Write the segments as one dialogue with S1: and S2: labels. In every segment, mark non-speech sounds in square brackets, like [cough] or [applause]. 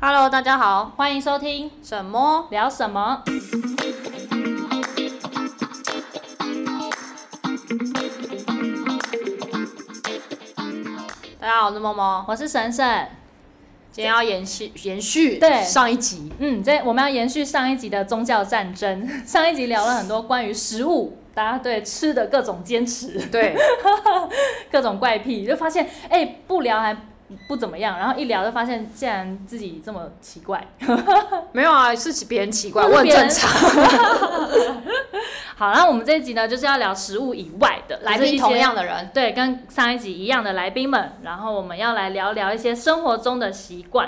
S1: Hello，大家好。
S2: 欢迎收听
S1: 什么？
S2: 聊什么？
S1: 大家好，我是猫猫。
S2: 我是神神。
S1: 今天要延续延续
S2: 对
S1: 上一集，
S2: 嗯，这我们要延续上一集的宗教战争。 [laughs] 上一集聊了很多关于食物，大家对吃的各种坚持、
S1: 对
S2: [laughs] 各种怪癖，就发现哎、不聊还不怎么样，然后一聊就发现竟然自己这么奇怪。
S1: 没有啊，是别人奇怪，我
S2: 不是
S1: 很
S2: 别人
S1: 正常。
S2: 好，然后我们这一集呢，就是要聊食物以外的
S1: 来
S2: 就是一
S1: 宾
S2: 些
S1: 同样的人，
S2: 对，跟上一集一样的来宾们，然后我们要来聊聊一些生活中的习惯。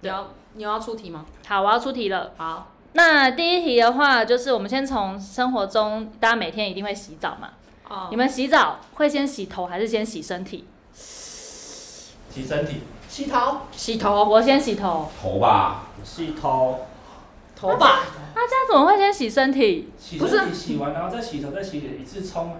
S1: 你要你要出题吗？
S2: 好，我要出题了。
S1: 好，
S2: 那第一题的话，就是我们先从生活中，大家每天一定会洗澡嘛？
S1: 哦
S2: 你们洗澡会先洗头还是先洗身体？
S3: 洗身体，
S4: 洗头，
S1: 哦洗头
S2: 我先洗头。
S3: 头吧，
S5: 洗头，
S1: 头发，
S2: 大家怎么会先洗身体？
S3: 洗
S1: 不是
S3: 身体洗完然后再洗头，再洗一次冲啊。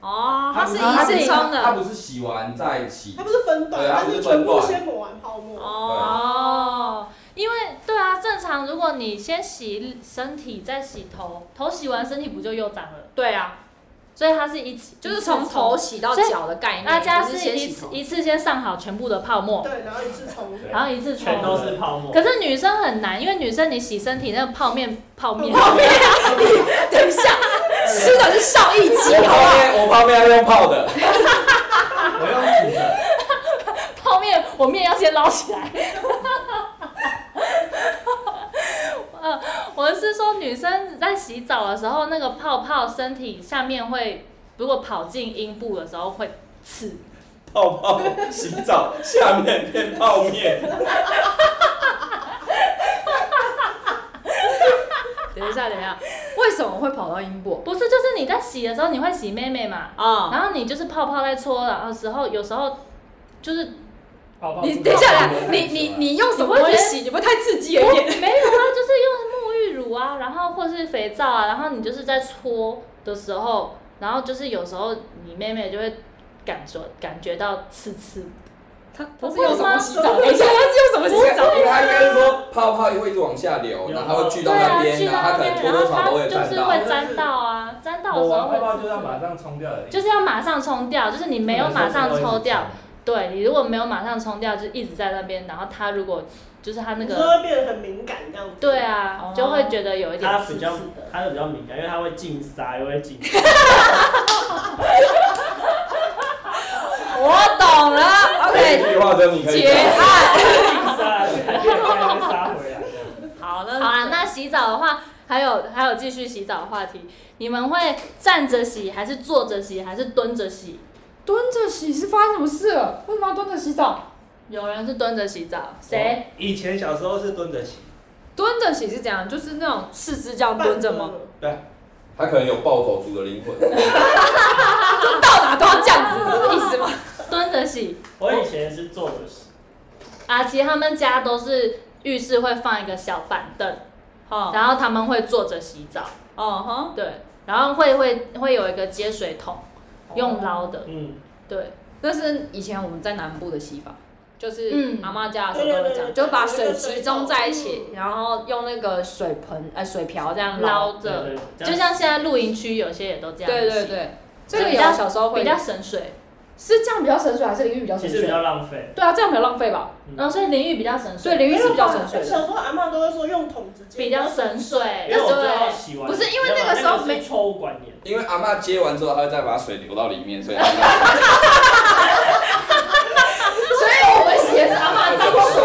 S1: 哦，它是
S2: 它是
S1: 一次冲
S6: 它
S1: 的
S6: 不是洗完
S1: [laughs]
S6: 再洗
S4: 它，不是分段，
S6: 对啊它
S4: 它
S6: 不
S4: 是
S6: 是
S4: 全
S6: 分段
S4: 部先抹完泡沫。
S1: 哦。，
S2: 因为对啊，正常如果你先洗身体再洗头，头洗完身体不就又长了？
S1: 对啊，
S2: 所以它是一起，
S1: 就是从头洗到
S2: 所以
S1: 脚的概
S2: 一
S1: 念。
S2: 次冲，大家
S1: 就是先
S2: 一
S1: 洗
S2: 次
S1: 头，
S2: 一次先上好全部的泡沫，
S4: 对，然后一次冲
S3: 对
S2: 然后一次冲
S5: 全。都是泡沫。
S2: 可是女生很难，因为女生你洗身体那个泡面泡
S1: [laughs]
S2: 面。 [laughs]
S1: 等 [laughs] 一下，吃的是上一集，
S6: 我
S1: 好不
S6: 泡
S1: 好？
S6: 面我泡面要用泡的，
S3: 我用煮的，
S2: 泡面，我面要先捞起来。呃，我是说女生在洗澡的时候，那个泡泡身体下面会，如果跑进阴部的时候会刺。
S6: 泡泡洗澡下面变泡面，
S1: 等一下，等一下，为什么会跑到英国
S2: 不是，就是你在洗的时候，你会洗妹妹嘛，
S1: 啊？
S2: 然后你就是泡泡在搓的，有时候有时候就是
S3: 泡泡。
S1: 你等一下，等一下你你你用什么东西洗？你不会太刺激了一点？
S2: 没有啊，就是用沐浴乳啊，然后或是肥皂啊，然后你就是在搓的时候，然后就是有时候你妹妹就会感受感觉到刺刺
S1: 他
S2: 不
S1: 他是
S2: 会
S1: 用什么
S2: 吗
S1: 洗澡？等一下，他是用什么
S6: 因为
S1: 洗澡？
S6: 它应该是说泡泡会一直往下流，
S5: 有
S6: 然后会聚
S2: 对
S6: 到那
S2: 啊，
S6: 边，
S2: 去
S6: 然
S2: 到
S6: 后它可能多
S2: 边，然
S6: 多
S2: 后
S6: 少少都
S2: 它
S6: 有
S2: 就
S6: 沾
S2: 是
S6: 到。
S2: 会沾到啊，沾到的
S3: 抹
S2: 时
S3: 完
S2: 候
S3: 泡泡
S2: 会
S3: 就要马
S2: 刺
S3: 上冲掉而已，
S2: 就是要马上冲掉，就是你没有马上抽掉，，对你如果没有马上冲掉，就一直在那边，然后它如果就是它那
S4: 你就
S2: 个，
S4: 会变得很敏感这样子。
S2: 对，啊
S1: 哦，
S2: 就会觉得有一
S5: 它
S2: 点刺
S5: 比
S2: 刺
S5: 较
S2: 的。
S5: 它就比较敏感，因为它会进
S2: [laughs]
S5: 沙又会进。
S1: 我懂了
S6: 这一句话只有你可以
S1: 结
S6: 讲。
S1: 案。
S5: 沙，它会杀回来。
S1: 好，那
S2: 好啊，那洗澡的话，还有还有继续洗澡的话题，你们会站着洗，还是坐着洗，还是蹲着洗？
S1: 蹲着洗是发生什么事了？为什么要蹲着洗澡？
S2: 有人是蹲着洗澡，谁？？
S3: 以前小时候是蹲着洗，
S1: 蹲着洗是怎样？就是那种四肢这样蹲着
S4: 嗯
S1: 吗？？
S6: 它可能有暴走族的灵魂，
S1: 到哪都哦要这样子，什么意思吗？
S2: 蹲着洗。
S5: 我以前是坐着洗，
S2: 啊，其实他们家都是浴室会放一个小板凳，
S1: 好，
S2: 然后他们会坐着洗澡，
S1: 嗯哼，
S2: 对，然后会会会有一个接水桶，
S1: 哦
S2: 用捞的，
S5: 嗯，
S2: 对，
S1: 那是以前我们在南部的洗法，就是
S2: 嗯
S1: 阿妈家的时候都会这样，
S4: 对对对
S1: 就把
S4: 对
S1: 水
S4: 对对
S1: 集中在一起，
S4: 嗯
S1: 然后用那个水盆呃水瓢这样捞。
S2: 捞着，
S5: 对
S2: 就像现在露营区有些也都这样
S1: 对对
S2: 洗，
S1: 对，这个
S2: 这个
S1: 也
S2: 比较
S1: 小时候会
S2: 比较省水，
S1: 是这样比较省水，还是淋浴比较
S5: 其
S1: 省
S5: 实比
S1: 水？
S5: 较浪费。嗯
S1: 对啊，这样比较浪费吧。
S2: 然哦后所以淋浴比较省
S1: 所以
S2: 水，
S1: 淋浴
S4: 没
S1: 是
S4: 有
S1: 比较省水
S4: 小
S1: 的。
S4: 时候阿嬷都会说用桶直接。
S2: 比较省水，
S5: 因为我知
S2: 对
S5: 道洗完，啊错误观念。
S6: 因为阿嬷接完之后，她会再把水流到里面，所以阿嬷 [laughs]
S1: 所以我们洗的是阿妈脏水。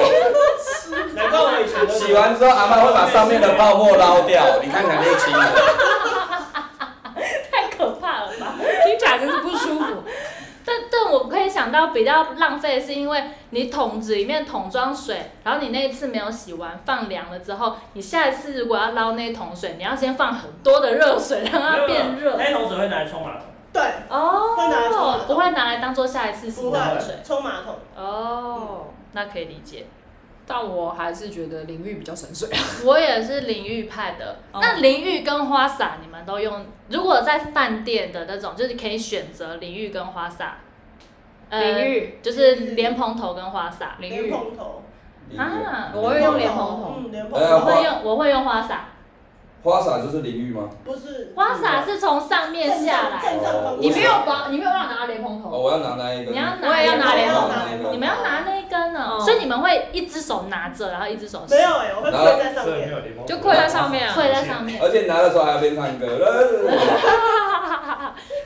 S5: 难怪我以前
S6: 洗完之后，阿嬷会把上面的泡沫捞掉，你看起来就清了。
S2: 太可怕了吧？
S1: 听起来真是不舒服。
S2: 但但我可以想到比较浪费，是因为你桶子里面桶装水，然后你那一次没有洗完，放凉了之后，你下一次如果要捞那一桶水，你要先放很多的热水让它变热。
S5: 那桶水会拿来冲马桶，
S4: 对，会拿来冲马
S2: 哦
S4: 桶，
S2: 不会拿来当做下一次洗
S4: 不
S2: 澡
S4: 会
S2: 的水。
S4: 冲马桶。
S1: 嗯
S2: 哦，那可以理解。
S1: 但我还是觉得淋浴比较省水。
S2: 我也是淋浴派的。
S1: 哦
S2: 那淋浴跟花洒你们都用？如果在饭店的那种，就是可以选择淋浴跟花洒。呃
S1: 浴
S2: 就是莲蓬头跟花洒。
S4: 连碰头，
S6: 淋浴
S2: 啊
S1: 我会用莲蓬头，
S4: 嗯，莲蓬
S6: 呃
S2: 我
S4: 头
S2: 会用我会用花洒，
S6: 花洒就是淋浴吗？
S4: 不是
S2: 花
S1: 嗯
S2: 洒是从上面下来，
S4: 正上方
S6: 哦
S1: 你没有把，你没有让我拿莲蓬
S6: 哦，
S1: 头，
S6: 我要拿那一个。
S2: 你要拿
S1: 嗯我也要拿莲
S6: 我
S1: 蓬
S6: 要拿那
S1: 头。
S6: 个
S2: 你们要拿那一根哦呢，
S1: 嗯
S2: 所以你们会一只手拿着，然后一只手
S4: 没有哎、我会跪在上
S3: 所以没
S4: 面。
S3: 有联盟，
S1: 就跪在上面啊
S2: 跪在上面。
S6: 而且拿的时候还要边唱歌。呃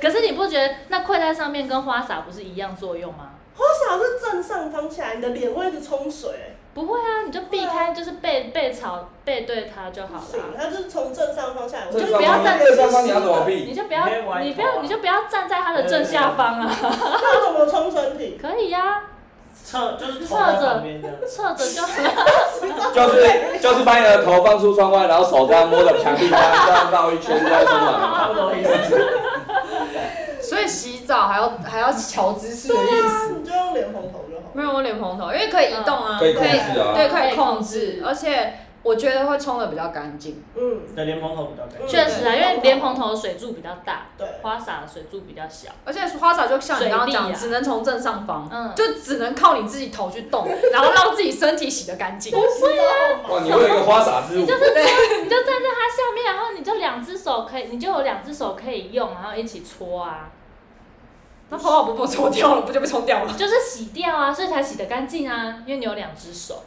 S2: 可是你不觉得那跪在上面跟花洒不是一样作用吗？
S4: 花洒是正上方起来，你的脸会一直冲水、
S2: 不会啊，你就避开，就是背背朝背对它就好
S4: 不行，
S2: 了。啊
S4: 它就是从正上方下来，我就
S2: 就不要站
S6: 这上方你要怎么
S2: 你
S6: 避？
S2: 就不要
S5: 你可以，歪头啊
S2: 哎你不要，你就不要站在它的正下方啊！
S4: 那怎么冲身体？
S2: 可以呀，
S5: 侧就是头在旁边这样，
S2: 侧着就好了。
S6: 就是就是把你的头放出窗外，然后手这样摸着墙壁，这样啊这样绕一圈再出门。
S5: 差不多意 [laughs] 思。
S1: 所以洗澡还要还要瞧姿势的意
S4: 对啊，
S1: 思。
S4: 你就用脸蓬头就好。
S1: 没有我脸蓬头，因为可以移动啊，
S6: 可以控制啊
S1: 对，可以
S2: 可以控
S1: 控制
S2: 制，
S1: 而且我觉得会冲的比较干净。
S4: 嗯，
S5: 你的莲蓬头比较干
S2: [laughs]
S5: 净。
S2: 确实啊，因为莲蓬头的水柱比较大，
S4: 对，
S2: 花洒的水柱比较小。
S1: 而且花洒就像你刚刚
S2: 水
S1: 讲，
S2: 力啊
S1: 只能从正上方，
S2: 嗯
S1: 就只能靠你自己头去动， [laughs] 然后让自己身体洗得干净。
S4: 会
S6: 哇，
S4: 啊
S6: 哦你会有一个花洒之舞
S2: 你就。是站，你就站在它下面，然后你就两只手可以，你就有两只手可以用，然后一起搓啊，
S1: 那泡泡不被我搓掉了，不就被冲掉了？
S2: 就是洗掉啊，所以才洗得干净啊，因为你有两只手。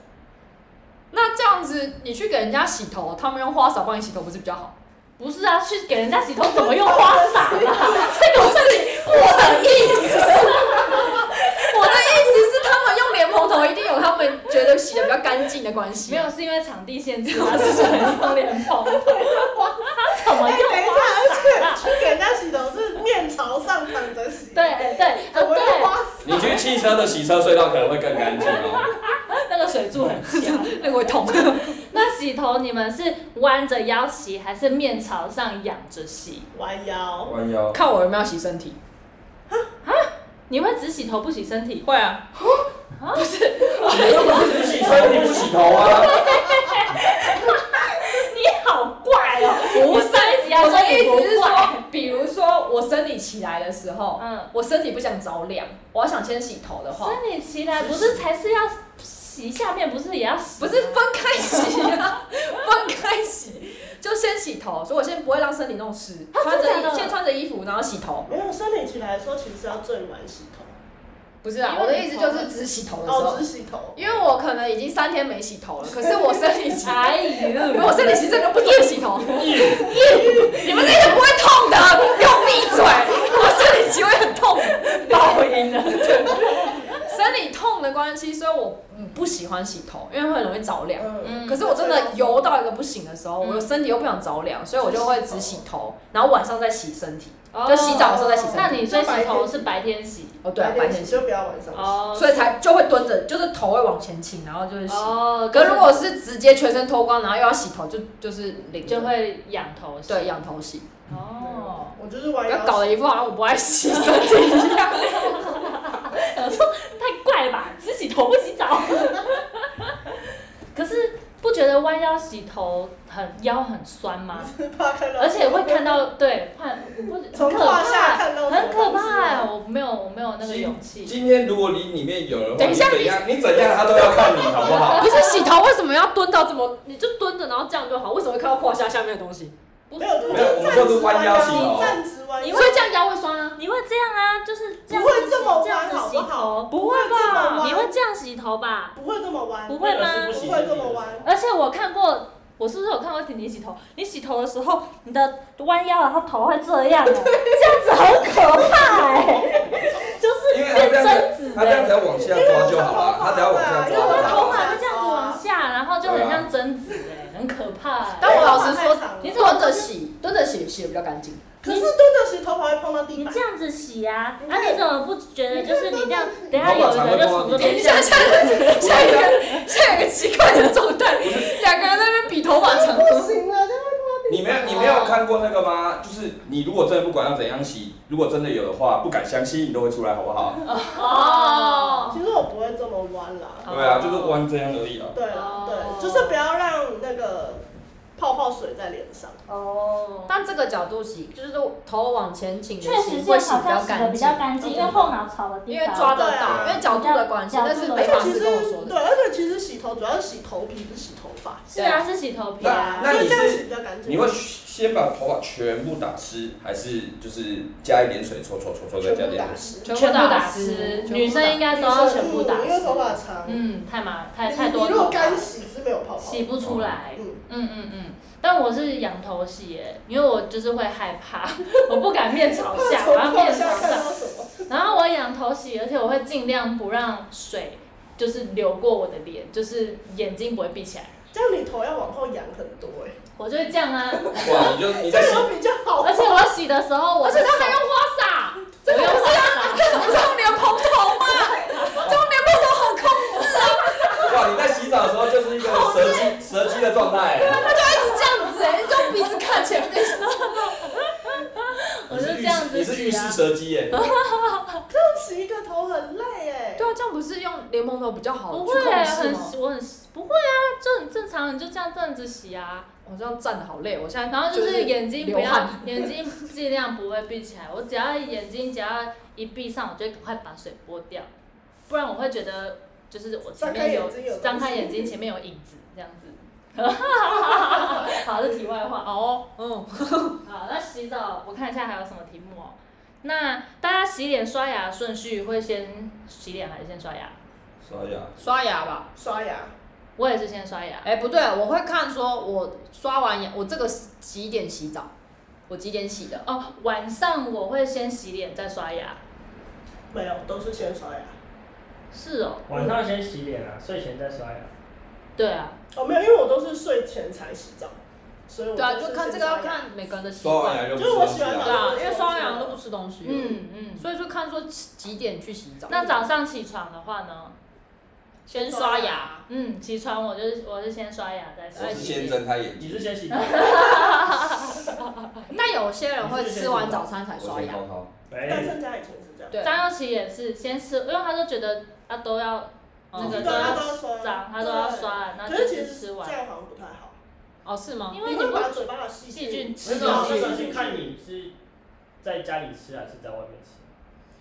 S1: 那这样子，你去给人家洗头，他们用花洒帮你洗头，不是比较好？
S2: 不是啊，去给人家洗头怎么用花洒啊啦？
S1: 这个是我的意思，我的意思是他们用莲蓬头一定有他们觉得洗的比较干净的关系。
S2: 没有，是因为场地限制 [laughs] 啊，是很用莲蓬。他怎么
S4: 哎，
S2: 用
S4: 等一下，
S2: 花
S4: 而
S2: 洒啦？
S4: 且去给人家洗头是面朝上躺着洗。
S2: 对对，呃
S4: 怎么用花
S2: 对，
S4: 洒？
S6: 你去汽车的洗车隧道可能会更干净哦。
S2: 那个水柱很强。
S1: 那个会痛。
S2: 那洗头你们是弯着腰洗，还是面朝上仰着洗？
S4: 弯腰，
S6: 弯腰，
S1: [laughs] 看我有没有洗身体。
S2: 你会只洗头不洗身体？
S1: 会啊，
S6: 只洗身体不洗头啊？
S2: 你好怪哦！我上一集要
S1: 我
S2: 说
S1: 的意 [laughs]
S2: 你
S1: 思是
S2: 不怪，
S1: 说，比如说我生理起来的时候，
S2: 嗯
S1: 我身体不想着凉，我要想先洗头的话，
S2: 生理期来不是才是要洗下面，不是也要洗？
S1: 不是分开洗 [laughs] 啊，分开洗，就先洗头，所以我先不会让身体弄湿，
S2: 啊
S1: 穿着
S2: 真的假
S1: 衣
S2: 的
S1: 先穿着衣服，然后洗头。
S4: 没有生理期来的时候，其实要最晚洗头，
S1: 不是啊，
S2: 因为
S1: 我的
S2: 你
S1: 意思
S2: 头
S1: 就是只洗头的时
S4: 哦，
S1: 候
S4: 只，洗头。
S1: 因为我可能已经三天没洗头了，可是我生理 [laughs] 期，
S2: 哎呦，
S1: 我生理期真的不怎么洗头，你们这些不会痛的，给我闭嘴！我生理期会很痛，
S2: 报应啊了。
S1: 生理痛的关系，所以我嗯不喜欢洗头，因为会很容易着凉。
S4: 嗯，
S2: 嗯
S1: 可是我真的油到一个不行的时候，
S2: 嗯
S1: 我身体又不想着凉，所以我就会只洗头，然后晚上再洗身体。
S2: 哦
S1: 就洗澡的时候再洗身体
S2: 那你所以洗头是白天洗
S1: 哦，对啊，白天洗，
S4: 就不要晚上洗。
S2: 哦，
S1: 所以才就会蹲着，就是头会往前倾，然后就是洗。
S2: 哦。
S1: 可如果是直接全身脱光，然后又要洗头，就就是领
S2: 就会仰头洗，
S1: 对仰头洗，
S2: 哦。
S4: 嗯我就是
S1: 不
S4: 弯
S1: 要搞得
S4: 腰洗。
S1: 一副好像我不爱洗身体一样。
S2: 我说太怪了吧， [laughs] 只洗头不洗澡。 [laughs] 可是不觉得弯腰洗头很腰很酸 [laughs] 吗？
S4: [laughs] 怕看到，
S2: 而且会看到对，看我不
S4: 从
S2: 很可
S4: 胯下
S2: 怕，
S4: 看到，
S2: 很可怕哎！。我没有我没有那个勇气。
S6: 今天如果你里面有人，
S1: 等一下
S6: 你怎样，你怎样他都要看你，好
S1: [laughs]
S6: 不好？
S1: 不是洗头为什么要蹲到这么？你就蹲着，然后这样就好。为什么会看到胯下下面的东西？
S2: 不
S4: 没有，
S6: 没有，我们就是弯腰洗
S2: 啊
S6: 头。
S4: 站直弯
S1: 所
S4: 腰，
S1: 以这样腰会酸啊？
S2: 你会这样啊？就是这样
S4: 不会这么弯
S2: 这样子洗
S4: 好不
S2: 头
S4: 好，
S2: 不会
S4: 这么
S2: 吧？
S4: 弯
S2: 你会这样洗头吧？
S4: 不会这么弯，
S2: 不会吗
S5: 不
S4: 不
S5: 洗
S4: 会这么弯，
S2: 而且我看过，我是不是有看过婷婷洗头？你洗头的时候，你的弯腰，然后头会这样、欸，这样子很可怕哎、就是
S6: 因为他
S2: 变
S6: 这样
S2: 贞
S6: 子
S2: 子，
S6: 他
S2: 哎、
S6: 这样只要往下抓就好了，他只要往下
S2: 因为我
S6: 抓
S2: 的
S6: 就
S2: 头
S6: 好。
S2: 发就这样子往下，然后就很像贞子哎、很可怕哎、
S1: 但我老实说
S4: 头发太长了
S1: 你蹲着洗，蹲着洗洗的比较干净。
S4: 可是蹲着洗头发会碰到地
S2: 你
S4: 板
S2: 这。样子洗啊，
S4: 你
S2: 啊
S4: 看
S2: 你怎么不觉得就是你这样，等一下有人就从这
S1: 等
S2: 边
S1: 一下，下一个，下一个， [laughs] 下一个奇怪的状态，两个人在那边比头发长
S4: 不行了，这样
S6: 你没有你没有看过那个吗？就是你如果真的不管要怎样洗，如果真的有的话，不敢相信你都会出来，好不好？
S2: 哦，
S4: 其实我不会这么弯啦。
S2: 哦
S6: 对啊，就是弯这样而已啊。
S4: 对啦，
S2: 哦
S4: 对，就是不要让那个泡泡水在脸上。
S1: 哦，但这个角度洗，就是头往前倾的
S7: 确实
S1: 洗，
S7: 是
S1: 会洗
S7: 好
S1: 比
S7: 像
S1: 较
S7: 洗的
S1: 干
S7: 比
S1: 净
S7: 较，干净，因为后脑槽的地
S1: 因
S7: 方。
S1: 为抓得
S4: 对
S1: 到，
S4: 啊
S1: 因为角度的关系，
S7: 角度
S1: 那
S7: 的
S1: 是
S7: 关
S1: 北
S7: 系
S1: 法
S4: 而且其
S1: 师
S4: 实
S1: 跟我说 [laughs] 的。
S4: 对，而且其实洗头主要是洗头皮，不是洗头发。
S2: 是啊，是洗头皮
S6: 那
S2: 啊。
S6: 那
S4: 所
S6: 你
S4: 以这样
S6: 是
S4: 洗比较干净。
S6: 你会先把头发全部打湿，还是就是加一点水搓搓搓搓再加
S4: 全部
S6: 点
S4: 打
S6: 水？
S4: 湿。
S2: 全
S1: 全
S2: 部
S1: 部打
S2: 打
S1: 湿全
S2: 湿，
S1: 部打湿
S2: 女生应该都要全部打
S4: 嗯因为头
S2: 湿。
S4: 发长，你
S2: 嗯，太麻太太多
S4: 你如
S2: 头
S4: 果
S2: 发
S4: 干，洗是没有泡泡
S2: 洗
S4: 的。
S2: 不出来。
S4: 嗯，
S2: 嗯嗯嗯，但我是仰头洗耶，因为我就是会害怕， [laughs] 我不敢面朝下，我要
S4: 从
S2: 面
S4: 腋
S2: 朝
S4: 下看
S2: 上。
S4: 到什么？
S2: 然后我仰头洗，而且我会尽量不让水就是流过我的脸，就是眼睛不会闭起来。
S4: 这样你头要往后仰很多哎，
S2: 我就会这样啊，
S6: 哇，你就你
S4: 这
S6: 在洗
S4: 样比较好。
S2: 而且我洗的时候，我
S1: 而且他
S2: 还用花洒，我用花洒，
S1: 这种莲蓬头吗？这种莲蓬头好空，
S6: 哇，你在洗澡的时候就是一个蛇精蛇精的状态，
S1: 一直这样子 [laughs] 哎，用鼻子看前面。
S2: 我就这样
S6: 你
S2: 子
S6: 是浴
S2: 洗
S6: 室
S2: 啊。
S6: 蛇精耶，
S4: 洗一个头很累哎。
S1: 对啊，这样不是用莲蓬头比较好
S2: 不
S1: 去
S2: 会
S1: 控
S2: 啊，
S1: 制
S2: 很
S1: 吗？
S2: 我很不会啊，就很正常，你就这样这样子洗啊。
S1: 我哦这样站的好累，我现在
S2: 然后就是眼睛不
S1: 流
S2: 要
S1: 汗，
S2: [laughs] 眼睛尽量不会闭起来。我只要眼睛只要一闭上，我就会赶快把水拨掉，不然我会觉得就是我前面
S4: 张开眼睛有东西
S2: 张开眼睛前面有影子这样子。 [laughs] 好，这题外话。
S1: 哦，嗯，
S2: 好，那洗澡我看一下还有什么题目哦。那大家洗脸刷牙的顺序会先洗脸还是先刷牙？
S6: 刷牙。
S1: 刷牙吧。
S4: 刷牙，
S2: 我也是先刷牙。
S1: 哎、不对，我会看说，我刷完牙，我这个几点洗澡？我几点洗的？
S2: 哦，晚上我会先洗脸再刷牙。
S4: 没有，都是先刷牙。
S2: 是哦，
S5: 晚上先洗脸啊，睡前再刷牙。
S2: 对啊，
S4: 哦，没有，因为我都是睡前才洗澡，所以我
S1: 对啊，
S4: 都是
S1: 就看
S4: 先
S1: 这个
S4: 刷
S1: 要
S4: 牙。
S1: 看每个人的习
S6: 刷完
S1: 惯。
S6: 牙就不
S4: 就是是我
S6: 东西
S4: 喜欢
S6: 啊
S1: 对啊，因为刷完牙都不吃东西，嗯，
S2: 嗯嗯。
S1: 所以就看说几点去洗澡。
S2: 那早上起床的话呢？
S1: 先刷牙，
S2: 嗯，起床我就是我是先刷牙再刷
S6: 我
S2: 牙
S6: 是。先睁开眼睛，
S5: 你是先洗 [laughs] 脸？
S1: 但有些人会吃完早餐才啊
S6: 我
S1: 刷
S6: 先
S1: 牙。
S6: 泡泡。
S4: 但
S5: 喂，
S4: 剩家以前是这样。
S1: 对，
S2: 张耀琪也是先吃，因为他就觉得他都要那个
S1: 嗯
S2: 都
S4: 对啊
S2: 要
S4: 都要刷
S2: 脏，他都要刷，那
S4: 可
S2: 就是
S4: 其
S2: 是
S4: 实
S2: 吃
S4: 这
S2: 完，
S4: 样好像不太好，
S1: 哦，是吗？
S2: 因为你
S4: 会把
S2: 会
S4: 嘴巴的
S2: 细菌吃
S5: 那
S2: 进
S5: 个那个
S2: 去。
S5: 是看你是在家里吃还是在外面吃。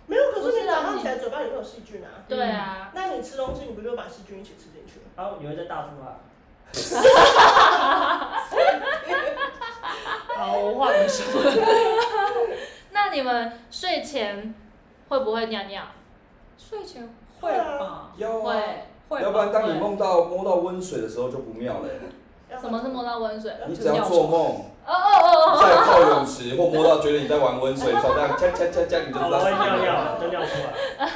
S4: 没有，可是你
S2: 啊
S4: 早上起来嘴巴里面有细菌啊，
S2: 对啊，
S4: 那你吃东西你不就把细菌一起吃进去了？
S5: 啊，你会在大出啊？
S1: 好，我话不说。
S4: 嗯
S2: 那你们睡前会不会尿尿？
S1: 睡前会
S4: 会
S1: 吧
S4: 吧？
S6: 要啊，
S2: 会，
S1: 会吧。
S6: 要不然当你梦到摸到温水的时候就不妙了。
S4: 要不
S2: 什
S4: 然
S2: 么是摸到温水？
S6: 你只要做梦，
S2: 哦哦哦哦，
S6: 在泡泳池或摸到觉得你在玩温水，手这样恰恰恰恰，你就知
S5: 我哦会尿
S6: 道。
S5: 尿，就尿出来。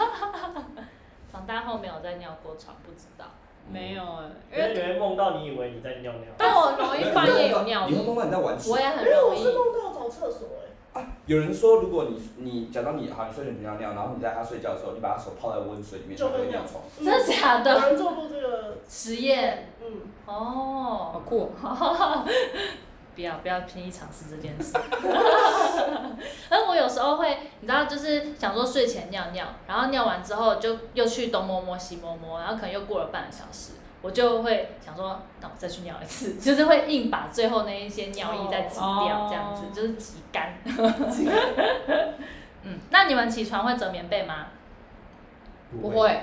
S2: 长大后没有再尿过床，不知道。
S1: 没有哎、
S5: 因为
S1: 因
S5: 你
S1: 为
S5: 会梦到你以为你在尿尿。
S1: 但我容
S6: 没
S1: 易
S6: 有
S1: 半夜有尿
S6: 你
S1: 意
S6: 会，梦到你在玩水
S2: 我。也很
S4: 没有，
S2: 容
S4: 我是
S2: 易。
S4: 梦到找厕所哎、
S6: 有人说，如果你你假装你好，你睡前去尿尿，然后你在他睡觉的时候，你把他手泡在温水里面，
S4: 就
S6: 他
S4: 会
S6: 会尿床。
S4: 欸，
S2: 真的假
S4: 有
S2: 的？
S4: 人做过这个，
S2: 实验。
S4: 嗯，
S1: 好
S2: 哦，
S1: 酷、哦。
S2: [laughs] 不要不要轻易尝试这件事。 [laughs] 但我有时候会，你知道，就是想说睡前尿尿，然后尿完之后就又去东摸摸西摸摸，然后可能又过了半个小时，我就会想说，那我再去尿一次， [laughs] 就是会硬把最后那一些尿液再挤掉，
S1: 哦
S2: 这样子、就是挤干。 [laughs] 嗯，那你们起床会折棉被吗？
S1: 哦不，会，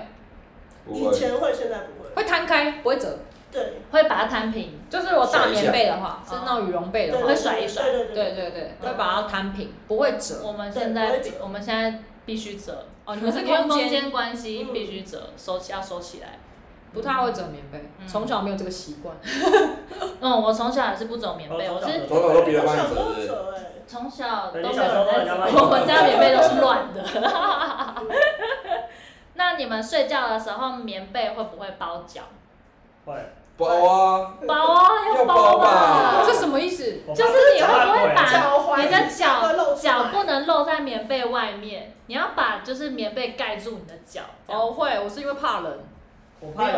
S6: 不
S4: 以
S6: 会。
S4: 前会，现在不会。
S1: 会摊开，不会折。
S4: 对，
S2: 会把它摊平，
S1: 就是我大棉被的话，是那种羽绒被的
S4: 对
S1: 话
S5: 哦
S2: 会，甩一甩
S4: 对对
S1: 对
S4: 对。
S1: 对对，
S5: 嗯
S1: 会把它摊平，不会折。
S2: 我们现
S4: 对
S2: 在
S4: 我会折
S2: 我们现在必须折，
S1: 哦，你们是
S2: 因为
S1: 空
S2: 空
S1: 间，
S2: 间关系
S4: 嗯
S2: 必须折，收起要收起来。
S1: 不太会折棉被，
S2: 嗯
S1: 从小没有这个习惯。
S2: 嗯，我从小也是不折棉被，
S5: 哦
S2: 我是
S6: 从小都别
S4: 我
S6: 人帮
S4: 小
S6: 你
S4: 时
S6: 折
S4: 候
S6: 是不是，
S4: 折哎，
S2: 从小都没
S5: 对
S2: 有
S5: 你小时候
S2: 人
S5: 人家
S2: 在
S5: 帮你
S2: 折，
S5: 折
S2: 我家棉被都是乱的。那你们睡觉的时候，棉被会不会包脚？
S5: 会。
S6: 包啊，
S2: 包啊，
S6: 要
S2: 包
S6: 包
S5: 啊
S6: 吧
S1: 这什么意思？
S2: [laughs] 就是你会不会
S4: 脚
S2: 把
S4: 踝
S2: 你的
S4: 会露
S2: 脚
S4: 出
S2: 脚
S4: 来
S2: 不能露在棉被外面，你要把就是棉被盖住你的脚。
S1: 哦，会，我是因为怕冷。
S5: 我怕有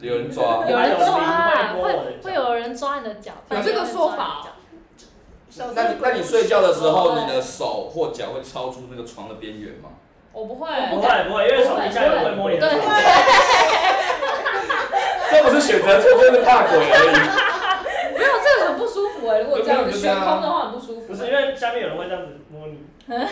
S6: 有人抓
S2: 有人抓
S5: 会
S2: 啊，
S5: 摸我的
S2: 会
S5: 脚
S2: 会有人抓你的脚，
S1: 有这个说法哦
S4: 小时
S6: 那
S4: 候
S6: 你那你睡觉的时候，
S1: 对
S6: 你的手或脚会超出那个床的边缘吗？
S1: 我不会，
S5: 不会不会，因为床底下有人会摸你的手。
S6: 这不是选择，这就是怕鬼而已。
S2: 没有，这个很不舒服
S1: 欸
S2: 哎、如果这样子悬空的话，很不舒服
S5: 不。是因为下面有人会这样子摸你，摸你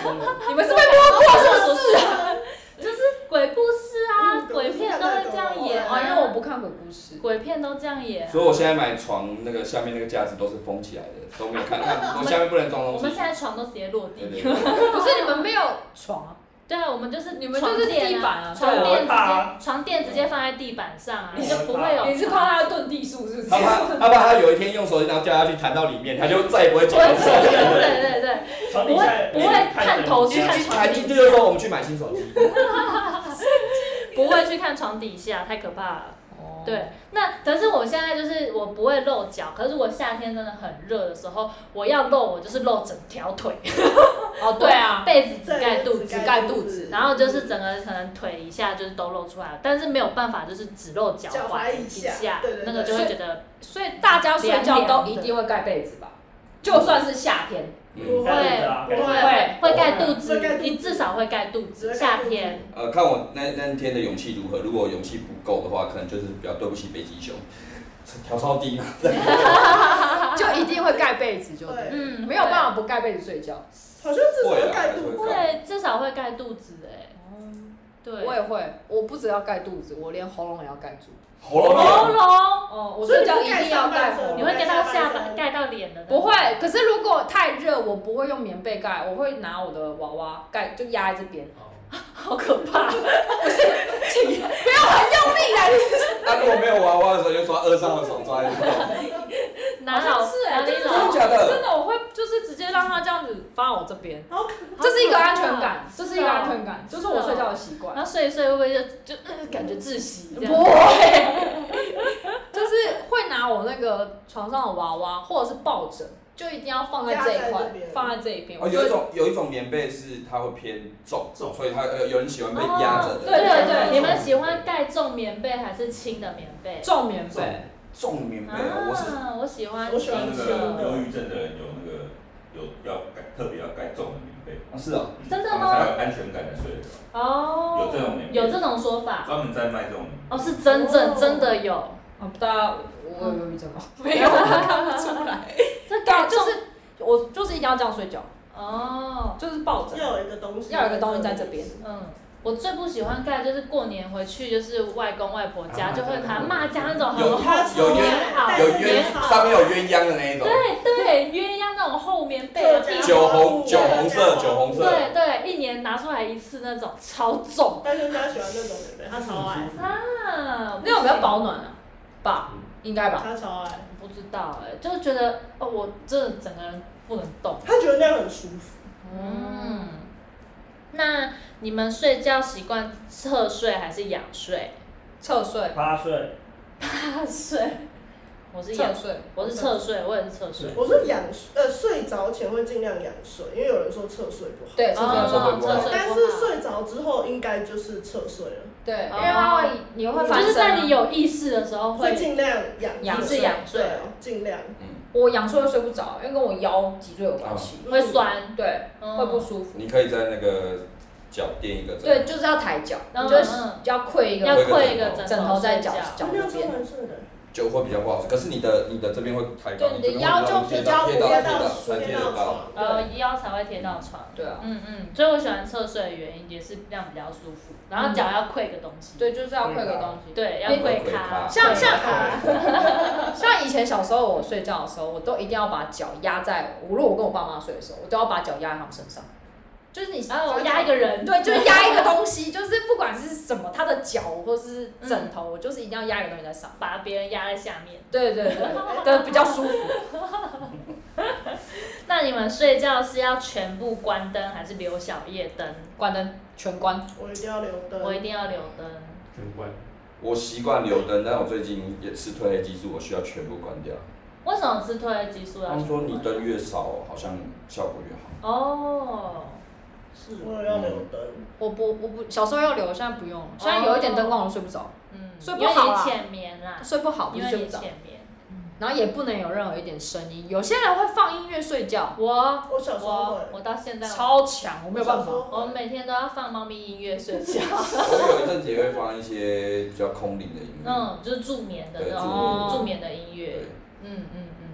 S2: 你们是被摸过是不是啊？就是鬼故事啊，鬼片都会这样演
S1: 啊，
S2: 啊，
S1: 因为我不看鬼故 [laughs] 事。
S2: 鬼片都这样演啊。
S6: [laughs] 所以我现在买床那个下面那个架子都是封起来的，都没有看，看我下面不能装东
S2: 我
S6: 西。
S2: 们现在床都直接落
S6: 对
S2: 地。
S6: 对对
S1: 不是你们没有床啊？
S2: 对啊，我们就是
S1: 你们就是地板啊
S2: 床垫
S5: 对我会
S2: 直
S5: 怕啊
S2: 接床垫直接放在地板上啊，
S5: 我
S2: 你
S5: 会
S2: 就不会有。
S1: 你是怕他遁地术是不是
S6: 他？怕他怕他有一天用手机，然后掉下去弹到里面，他就再也不会
S2: 对
S6: 捡东西。
S2: 对对对，
S5: 床底
S2: 不
S5: 下
S2: 会不会探头
S6: 一
S2: 去看
S6: 啊一弹进去就说我们去买新手机，
S2: 不会去看床底下，太可怕了。
S1: 哦
S2: 对，那可是我现在就是我不会露脚，可是我夏天真的很热的时候，我要露我就是露整条腿，
S1: 哦，对啊，
S2: 被子只盖肚子
S1: 只，盖肚子
S2: 然后就是整个可能腿一下就是都露出来了，但是没有办法就是只露脚
S4: 脚
S2: 踝
S4: 踝一下对对对
S2: 那个就会觉得
S1: 所以大家睡觉都一定会盖被子吧？就算是夏天，
S5: 不
S6: 嗯，
S5: 会啊，
S4: 不会
S2: 会会盖肚
S4: 会
S2: 子，
S4: 盖肚子
S2: 你至少会盖肚子，夏天。
S6: 呃，看我那那天的勇气如何。如果勇气不够的话，可能就是比较对不起北极熊，调超低嘛。
S1: [laughs] 就一定会盖被子，就对
S4: 对
S2: 嗯，
S1: 没有办法不盖被子睡觉。
S4: 好像至少要盖肚
S6: 会
S4: 子
S6: 啊。
S2: 会至少会盖肚子哎、对，
S1: 我也会，我不只要盖肚子，我连喉咙也要盖住。
S6: 喉咙
S2: 喉
S6: 痛，
S2: 咙。
S1: 哦，我
S4: 所以
S1: 睡
S4: 你
S1: 觉一
S4: 是
S1: 定要盖喉
S4: 盖上半身
S2: 你
S1: 咙
S2: 会。盖到下巴、盖到脸的？
S1: 不会，，可是如果太热，我不会用棉被盖，我会拿我的娃娃盖，就压在这边。
S2: 好可怕！
S1: 啊 [laughs]
S6: 那如果没有娃娃的时候，就抓二上的手抓一下。
S2: 哪
S1: 好
S2: 老
S1: 像是哎
S2: 哪里
S1: 就是
S6: 真的
S2: 老？
S6: 假的？
S1: 真的，我会就是直接让它这样子放我这边，
S4: 好可
S1: 这是一个安全感，这是一
S2: 是
S1: 个
S2: 哦
S1: 安全感，就是啊我睡觉的习惯。
S2: 然后睡一睡会不会就就、呃感觉窒息这
S1: 不
S2: 样？
S1: 会， [laughs] 就是会拿我那个床上的娃娃或者是抱枕，就一定要放在这一
S4: 压在
S1: 块
S4: 这，边
S1: 放在这一边。
S6: 哦，
S1: 我
S6: 有一
S1: 就
S6: 种有一种棉被是它会偏重，
S3: 重
S6: 所以它呃有有人喜欢被压着
S2: 哦
S6: 的。
S2: 对对
S1: 对
S2: 对，你们喜欢盖重棉被还是轻的棉被？
S1: 重棉
S3: 重
S1: 被，
S6: 重棉被，哦我是
S2: 啊，我喜欢
S4: 我喜欢
S2: 轻
S7: 像那个忧
S2: 的。
S7: 郁症的人有那个有要盖特别要盖重的棉被，
S6: 啊是哦，
S2: 真的
S7: 他
S2: 吗
S7: 们才有安全感的睡得着。有
S2: 哦，
S7: 这种棉被，
S2: 有这种说法
S7: 专门在卖这种棉被
S2: 哦，是真正
S4: 哦
S2: 真的有。
S1: 啊，大家我有忧郁症吗？
S2: 没有，
S1: 出来，
S2: 这
S1: 对啊，
S2: 盖
S1: 就
S2: 重
S1: 是我就是一定要这样睡觉，
S2: 哦，
S1: 就是抱
S4: 怕，
S1: 枕，
S4: 要有一个东西，
S1: 要有一个东西在这边。
S2: 嗯，我最不喜欢盖就是过年回去就是外公外婆家
S3: 啊
S2: 就会喊骂家那种很
S6: 有
S2: 厚
S6: 有
S2: 棉
S6: 鸳
S2: 袄
S6: 有
S2: 棉
S6: 鸳
S2: 袄
S6: 上面有鸳鸯的那一种，
S2: 对对鸳鸯那种厚棉被啊，
S4: 对
S2: 一
S6: 酒红酒红色酒红色，
S2: 对对，一年拿出来一次那种超重
S4: 单身家喜欢那种棉被，他超爱，
S2: 啊，
S1: 那种比较保暖啊，吧，应该吧。
S4: 他超爱，
S2: 不知道哎、就觉得哦，我真的整个人不能动。
S4: 他觉得那样很舒服。
S2: 嗯，那你们睡觉习惯侧睡还是仰睡？
S1: 侧睡，
S5: 趴睡，
S2: 趴睡，我是仰
S1: 侧，睡，
S2: 我是侧睡，我也是侧睡。
S4: 我说仰呃睡着前会尽量仰睡，因为有人说侧睡不好，
S1: 对，侧
S6: 样
S1: 睡
S6: 说
S2: 哦
S6: 会，不会
S2: 侧睡
S4: 但
S2: 不
S4: 是
S2: 好
S4: 睡着之后应该就是侧睡了，
S1: 对，因
S2: 哦
S1: 为它会你会翻身啊，
S2: 就是在你有意识的时候
S4: 会
S2: 会
S4: 尽量仰
S1: 仰
S2: 睡仰睡
S4: 对，尽量
S6: 嗯，
S1: 我仰睡会睡不着，因为跟我腰脊椎有关系，
S2: 会酸，嗯
S1: 对，会
S2: 会
S1: 不舒服。
S6: 你可以在那个脚垫一个枕，
S1: 对，就是要抬脚，
S2: 嗯
S1: 你就是
S2: 嗯
S1: 要跪一
S2: 要
S1: 个
S2: 跪一个
S1: 枕
S2: 头
S1: 头在
S2: 睡
S1: 脚
S2: 觉
S1: 脚
S4: 那
S1: 那
S4: 样超
S1: 边，
S4: 难睡的。
S6: 就会比较不好睡。可是你的你的这边会抬高，
S1: 对
S6: 这边会
S1: 你的腰就
S6: 贴
S4: 比
S6: 到
S4: 较
S6: 贴
S4: 不
S6: 到
S4: 会
S6: 贴
S4: 到
S6: 到
S4: 水
S6: 才贴
S4: 到
S6: 得高。
S4: 床，
S2: 呃，腰才会贴到床。
S1: 对啊，
S2: 嗯嗯，所以我喜欢侧睡的原因也是这样比较舒服，然后脚要跪个东西。
S1: 嗯对，就是要跪个东西。
S2: 对，要
S1: 你
S2: 跪
S6: 跪
S2: 咖。
S6: 咖
S1: 像像
S4: 对
S1: 像以前小时候我睡觉的时候，我都一定要把脚压在，我如果我跟我爸妈睡的时候，我都要把脚压在他们身上，就是你。
S2: 然后我压一个人，
S1: 对，就是压一个东西，就是不管是什么，他的脚或是枕头，我就是一定要压一个东西在上。
S2: 把别人压在下面。
S1: 对对对，对比较舒服。
S2: 那你们睡觉是要全部关灯还是留小夜灯？
S1: 关灯，全关。
S4: 我一定要留灯。
S2: 我一定要留灯。
S3: 全关，
S6: 我习惯留灯，但我最近也吃褪黑激素，我需要全部关掉。
S2: 为什么吃褪黑激素要
S6: 他
S2: 全
S6: 们
S2: 部
S6: 说
S2: 关？
S6: 你灯越少，好像效果越好。
S2: 哦，是，
S4: 我也要留灯，
S1: 我不我不小时候要留，现在不用了。现在有一点灯光，我睡不着，
S2: 嗯，
S1: 睡不好
S2: 因为你
S1: 啦
S2: 浅眠啦，
S1: 睡不好，不
S2: 因
S1: 是睡
S2: 为你
S1: 不着。
S2: 浅眠。
S1: 然后也不能有任何一点声音。有些人会放音乐睡觉，
S2: 我
S4: 我小时候
S2: 我
S4: 会。
S2: 我到现在
S1: 超强，我没有办法。
S2: 我每天都要放猫咪音乐睡觉，
S6: 我有一阵子也会放一些比较空灵的音乐。
S2: 嗯，就是助眠的
S6: 对
S2: 那
S6: 助
S2: 种
S1: 眠
S2: 助眠的音乐
S6: 对，，
S2: 嗯嗯嗯。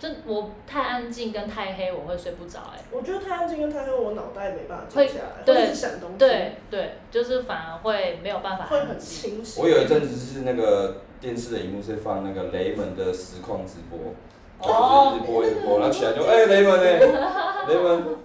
S2: 就我太安静跟太黑，我会睡不着、哎，
S4: 我觉得太安静跟太黑，我脑袋没办法
S2: 会
S4: 静下来，
S2: 对
S4: 会一直想东西，
S2: 对对，就是反而会没有办法
S4: 会
S2: 安
S4: 很
S2: 静。
S4: 清晰。
S6: 我有一阵子是那个电视的荧幕是放那个雷蒙的实况直播，
S2: 哦
S6: 就是一直播一直播，然后起来就哎、雷蒙哎、雷蒙，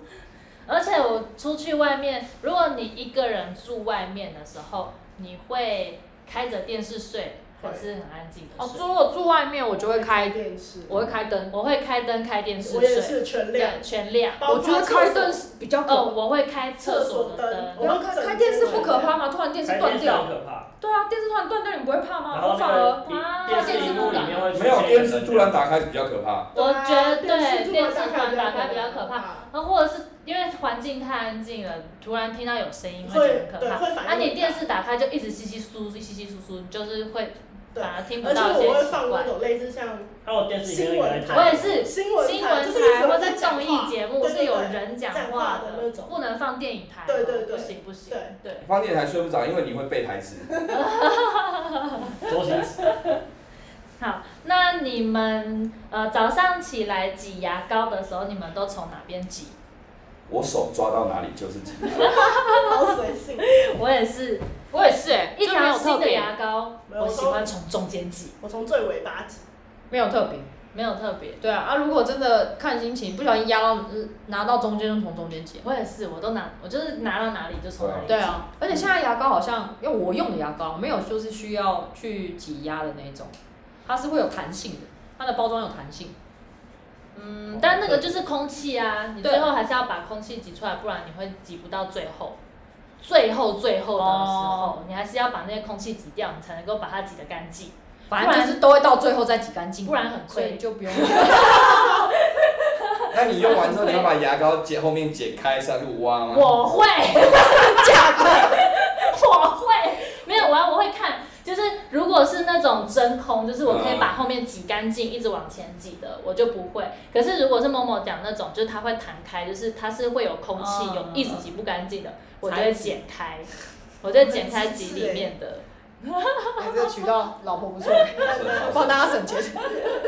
S2: 而且我出去外面，如果你一个人住外面的时候，你会开着电视睡，
S4: 会
S2: 还是很安静的
S1: 哦，
S2: 睡？
S1: 如果住外面，我就会开，
S4: 电视，
S1: 我会开灯。
S2: 我会开灯开电视
S4: 我也
S2: 睡，
S4: 是全亮
S2: 对，，全亮。
S4: 包
S1: 我
S4: 括
S1: 觉得开
S4: 厕所
S1: 灯是比较可
S2: 哦，我会开厕
S4: 厕
S2: 所的
S4: 所灯，
S2: 灯。
S4: 我
S1: 然
S4: 要
S1: 后开
S4: 整间
S1: 啊开电视不可怕吗？突然电视
S5: 开
S1: 断
S5: 电视
S1: 掉
S5: 很
S1: 了，
S5: 可怕，
S1: 对啊，电视突然断掉，你不会怕吗？
S5: 然
S1: 我
S5: 后
S1: 反而
S5: 那
S2: 怕
S5: 个电电视荧幕里面会出
S6: 没有
S5: 现一个
S6: 电视突然打开比较可怕，
S2: 我觉得
S4: 对啊
S2: 对电视突然打开比较可怕，
S4: 怕，
S2: 然后哦或者是因为环境太安静了，突然听到有声音会觉
S4: 会
S2: 得很可
S4: 对
S2: 怕。
S4: 会反应。
S2: 啊，你电视打开就一直稀稀疏疏、稀稀疏疏，你就是会
S4: 对
S2: 反而听不
S4: 而且
S2: 到一些
S4: 我会
S2: 奇
S4: 放那
S2: 怪。
S4: 种类似像
S5: 那我电视里面有人在
S2: 我
S5: 讲
S2: 也是，
S4: 新闻
S2: 新
S4: 台，
S2: 闻
S4: 就是一
S2: 台
S4: 直
S2: 或者
S4: 有在讲
S2: 综艺
S4: 话，
S2: 节目
S4: 对对
S2: 是
S4: 对
S2: 有人讲
S4: 讲
S2: 话
S4: 话
S2: 的
S4: 的那种
S2: 不能放电影台哦，
S4: 对对
S2: 不
S4: 对
S2: 行不行，
S4: 对，
S2: 对。
S6: 放电台睡不着，因为你会背台词。
S5: 周星驰。
S2: 好，那你们呃早上起来挤牙膏的时候，你们都从哪边挤？ [laughs]
S6: 我手抓到哪里就是几哪里。
S4: 好随性。 [laughs]
S2: 我也是，
S1: 我也是哎，
S2: 一
S1: 就没
S2: 条
S1: 有特
S2: 新的
S1: 别，
S2: 牙膏，
S4: 没有
S2: 我喜欢从中间挤，
S4: 我从最尾巴挤，
S1: 没有特别。
S2: 没有特别。
S1: 对啊，啊，如果真的看心情，不小心压到嗯拿到中间，就从中间挤。
S2: 我也是，我都拿，我就是拿到哪里就从哪里。
S1: 对，啊，而且现在牙膏好像，因为我用的牙膏没有说是需要去挤压的那一种，它是会有弹性的，它的包装有弹性。
S2: 嗯，但那个就是空气啊，你最后还是要把空气挤出来，不然你会挤不到最后。最后最后的时候，
S1: 哦
S2: 你还是要把那些空气挤掉，你才能够把它挤得干净。
S1: 反正就是都会到最后再挤干净，
S2: 不然很亏
S1: 所以就 [laughs] 不用。
S6: 那你用完之后，你要把牙膏剪后面剪开下去挖吗？
S2: 我
S6: [laughs]
S2: 会，假的，我会，没有，我要我会看，就是如果是那种真空，就是我可以把后面挤干净，一直往前挤的，我就不
S6: 嗯
S2: 会。可是如果是某某讲那种，就是它会弹开，就是它是会有空气，
S1: 嗯
S2: 有一直挤不干净的，我就
S1: 才
S2: 会
S1: 挤
S2: 剪开，我就会剪开挤里面
S6: [laughs]
S2: 的。
S1: 哎这个渠道老婆不 [laughs] 错，
S6: 是
S1: 大家省钱，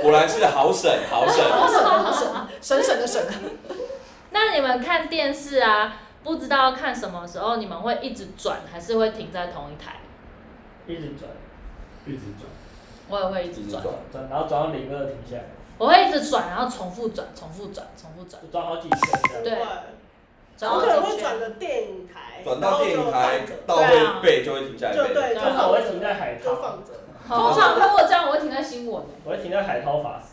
S6: 果然是好省好省。
S1: 好省好省，省省的省。
S2: 那你们看电视啊，不知道看什么时候，你们会一直转，还是会停在同一台？
S5: 一直转，一直转，
S2: 我也会一
S6: 一
S2: 直
S6: 直
S2: 转
S6: 转，，
S5: 转然后转到零二停下来，
S2: 我会一直转，然后重复转，重复转，重复转。
S5: 就转好几圈这样。
S2: 对
S1: 转到
S4: 我可能
S1: 这
S4: 会
S1: 圈
S4: 转个电影台，
S6: 转到电影台
S4: 然后就
S6: 到会背就会停下来
S4: 放着就
S6: 背。
S4: 对，就
S2: 然
S5: 后
S4: 放
S5: 我
S4: 着
S5: 会停在海
S4: 就
S5: 旁
S4: 放着。
S1: [laughs] 通常如果这样，我会停在新闻，
S5: 我会停在海涛法师，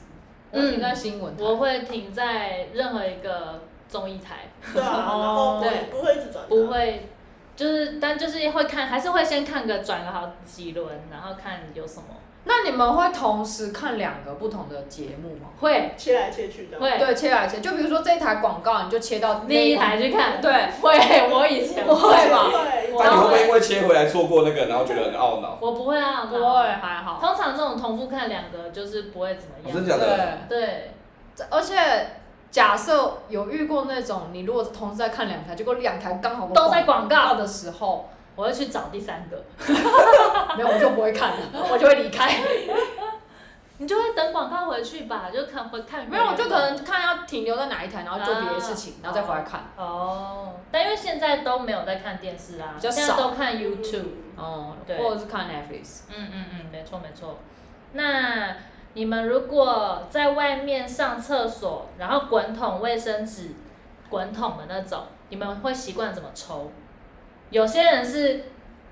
S1: 我会停在新闻。
S2: 我会停在任何一个综艺台，
S4: 对啊，然后
S1: 哦
S4: 对，不会一直转，
S2: 不，会，就是但就是会看，还是会先看个转个好几轮，然后看有什么
S1: 那你们会同时看两个不同的节目吗？
S2: 会
S4: 切来切去的。
S2: 会
S1: 对，切来切，就比如说这一台广告，你就切到那
S2: 第一，台去
S1: 哦
S2: 看，
S1: 对，
S2: 会我以前
S1: 不会吧？
S4: 对，
S6: 但你会不会因为切回来错过那个，然后觉得很懊恼？
S2: 我不会啊，
S1: 不会，还好。
S2: 通常这种同步看两个就是不会怎么
S6: 哦真
S2: 样，
S6: 假的？
S1: 对，
S2: 对，
S1: 这而且假设有遇过那种，你如果同时在看两台，结果两台刚好
S2: 都在广告，
S1: 的时候，
S2: 我会去找第三个，
S1: 没有我就不会看
S2: [laughs]
S1: 了，我就会离开。
S2: 你就会等广告回去吧，就看会
S1: [laughs]
S2: 看
S1: 没有，我就可能看要停留在哪一台，然后做别的事
S2: [laughs]
S1: 情，然后再回来看。
S2: 哦，但因为现在都没有在看电视啦，
S1: 比较
S2: 现在
S1: 少
S2: 都看 YouTube。
S1: 哦、
S2: 对
S1: 或者是看 Netflix。
S2: 嗯嗯嗯，没错没错。那你们如果在外面上厕所，然后滚筒卫生纸，滚筒的那种，你们会习惯怎么抽？有些人是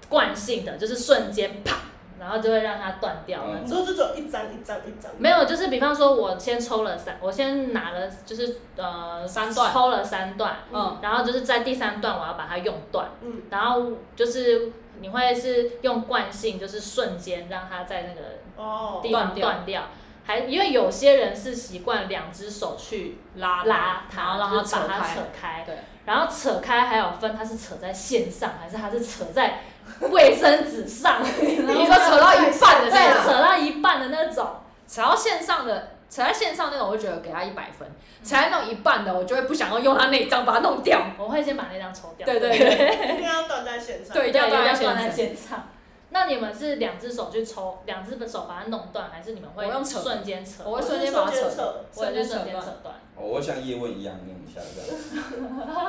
S2: 惯性的，就是瞬间啪，然后就会让它断掉那
S6: 嗯
S4: 你
S2: 种。
S4: 说就只有一张一张一张，
S2: 没有，就是比方说，我先抽了三，我先拿了，就是呃，
S1: 三段
S2: 抽了三段，
S1: 嗯，
S2: 然后就是在第三段我要把它用断，
S4: 嗯，
S2: 然后就是你会是用惯性，就是瞬间让它在那个
S4: 哦，
S2: 地方
S1: 断掉
S2: 断掉，还因为有些人是习惯两只手去
S1: 拉
S2: 拉
S1: 然
S2: 它，
S1: 后让
S2: 就
S1: 它
S2: 是
S1: 扯
S2: 把它
S1: 开
S2: 扯开，
S1: 对，
S2: 然后扯开还有分它是扯在线上还是它是扯在卫生纸上，
S1: 你说扯到一半的
S2: 对，
S1: 那种，
S2: 扯到一半的那种，
S1: 扯到线上的，扯在线上那种，我就觉得给他一百分；扯在那种一半的，我就会不想要用他那一张把它弄掉。
S2: 我会先把那张抽掉，
S1: 对对对，
S4: 一定要断在线上。
S1: 对，一定要
S2: 对
S1: 断
S2: 一定要断在
S1: 线。
S2: 线上。那你们是两只手去抽，两只手把它弄断，还是你们会
S1: 我用扯的
S2: 瞬间扯？
S1: 我
S4: 我
S1: 会
S4: 是
S1: 瞬间把它扯
S4: 瞬扯，
S2: 我也是瞬间
S1: 断
S2: 扯断。
S6: 哦我像叶问一样弄一下这样。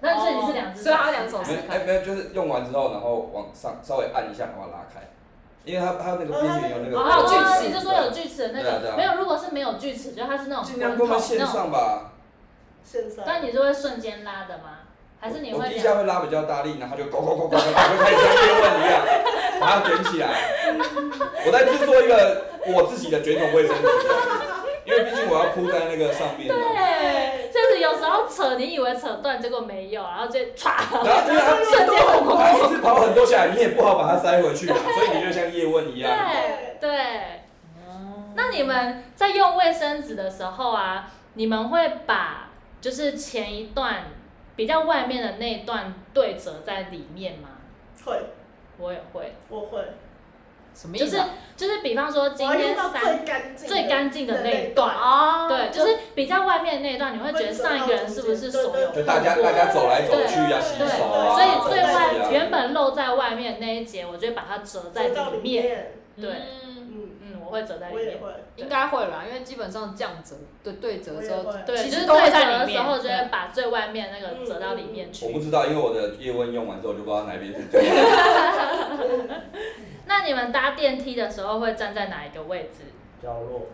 S2: 那所以你是两只手，
S1: 所以他两手
S6: 没有哎、没有，就是用完之后，然后往上稍微按一下，然后拉开，因为它它那个边缘有那个
S4: 哦
S2: 哦，还有
S4: 它
S2: 锯
S4: 那
S2: 齿，就说有锯齿的那
S6: 对啊对
S2: 个，
S6: 啊
S2: 没有。如果是没有锯齿，就它是那种
S6: 尽量跟我们线
S2: 那种，
S6: 上吧。
S4: 现在
S2: 但你是会瞬间拉的吗？还是你
S6: 我
S2: 会
S6: 第一
S2: 两
S6: 下会拉比较大力，然后就勾勾勾勾勾，就开始像叶问一样，把它卷起来。我在制作一个我自己的卷筒卫生纸这样子，因为毕竟我要铺在那个上面嘛。
S2: 对，啊就是有时候扯，你以为扯断，结果没有，然后就歘，
S6: 然后就是它
S2: 瞬间恐慌。
S6: 它一直跑很多下来，你也不好把它塞回去啊，所以你就像叶问一
S2: 对
S6: 样。
S2: 啊对。 [laughs] 那你们在用卫生纸的时候啊，你们会把就是前一段比较外面的那一段对折在里面吗？
S4: 会，
S2: 我也会，
S4: 我会，
S1: 什么意
S2: 就是
S1: 思啊？
S2: 就是，比方说今
S4: 我要用
S2: 天
S4: 到
S2: 三
S4: 最干净的
S2: 最干净的那一段，
S1: 哦
S2: 对，就是比较外面的那一段，你会觉得上一个人是不是手有碰
S6: 就
S2: 过？
S6: 大家大家走来走去啊，洗
S2: 对，
S6: 手啊，
S2: 所以最
S6: 走来
S2: 外
S6: 走去啊
S2: 原本露在外面那一节，我就会把它折在
S4: 折到
S2: 里
S4: 里
S2: 面。
S4: 面，
S2: 对，
S1: 嗯
S4: 嗯，
S2: 嗯，我会折在里
S4: 我也
S2: 面。
S4: 会，
S1: 应该会啦，因为基本上这样折对对折
S4: 我
S1: 之
S4: 也
S1: 后，
S4: 会，
S2: 对，
S1: 其
S2: 就
S1: 实
S2: 是
S1: 都
S2: 对
S1: 会
S2: 折
S1: 在
S2: 的
S1: 里
S2: 时
S1: 面
S2: 候就会
S1: 对
S2: 把最外面那个折到里面
S6: 我不
S2: 去。
S6: 知道，因为我的叶问用完之后，我就不知道哪边是对的。嗯
S2: 那你们搭电梯的时候会站在哪一个位置？
S5: 角落，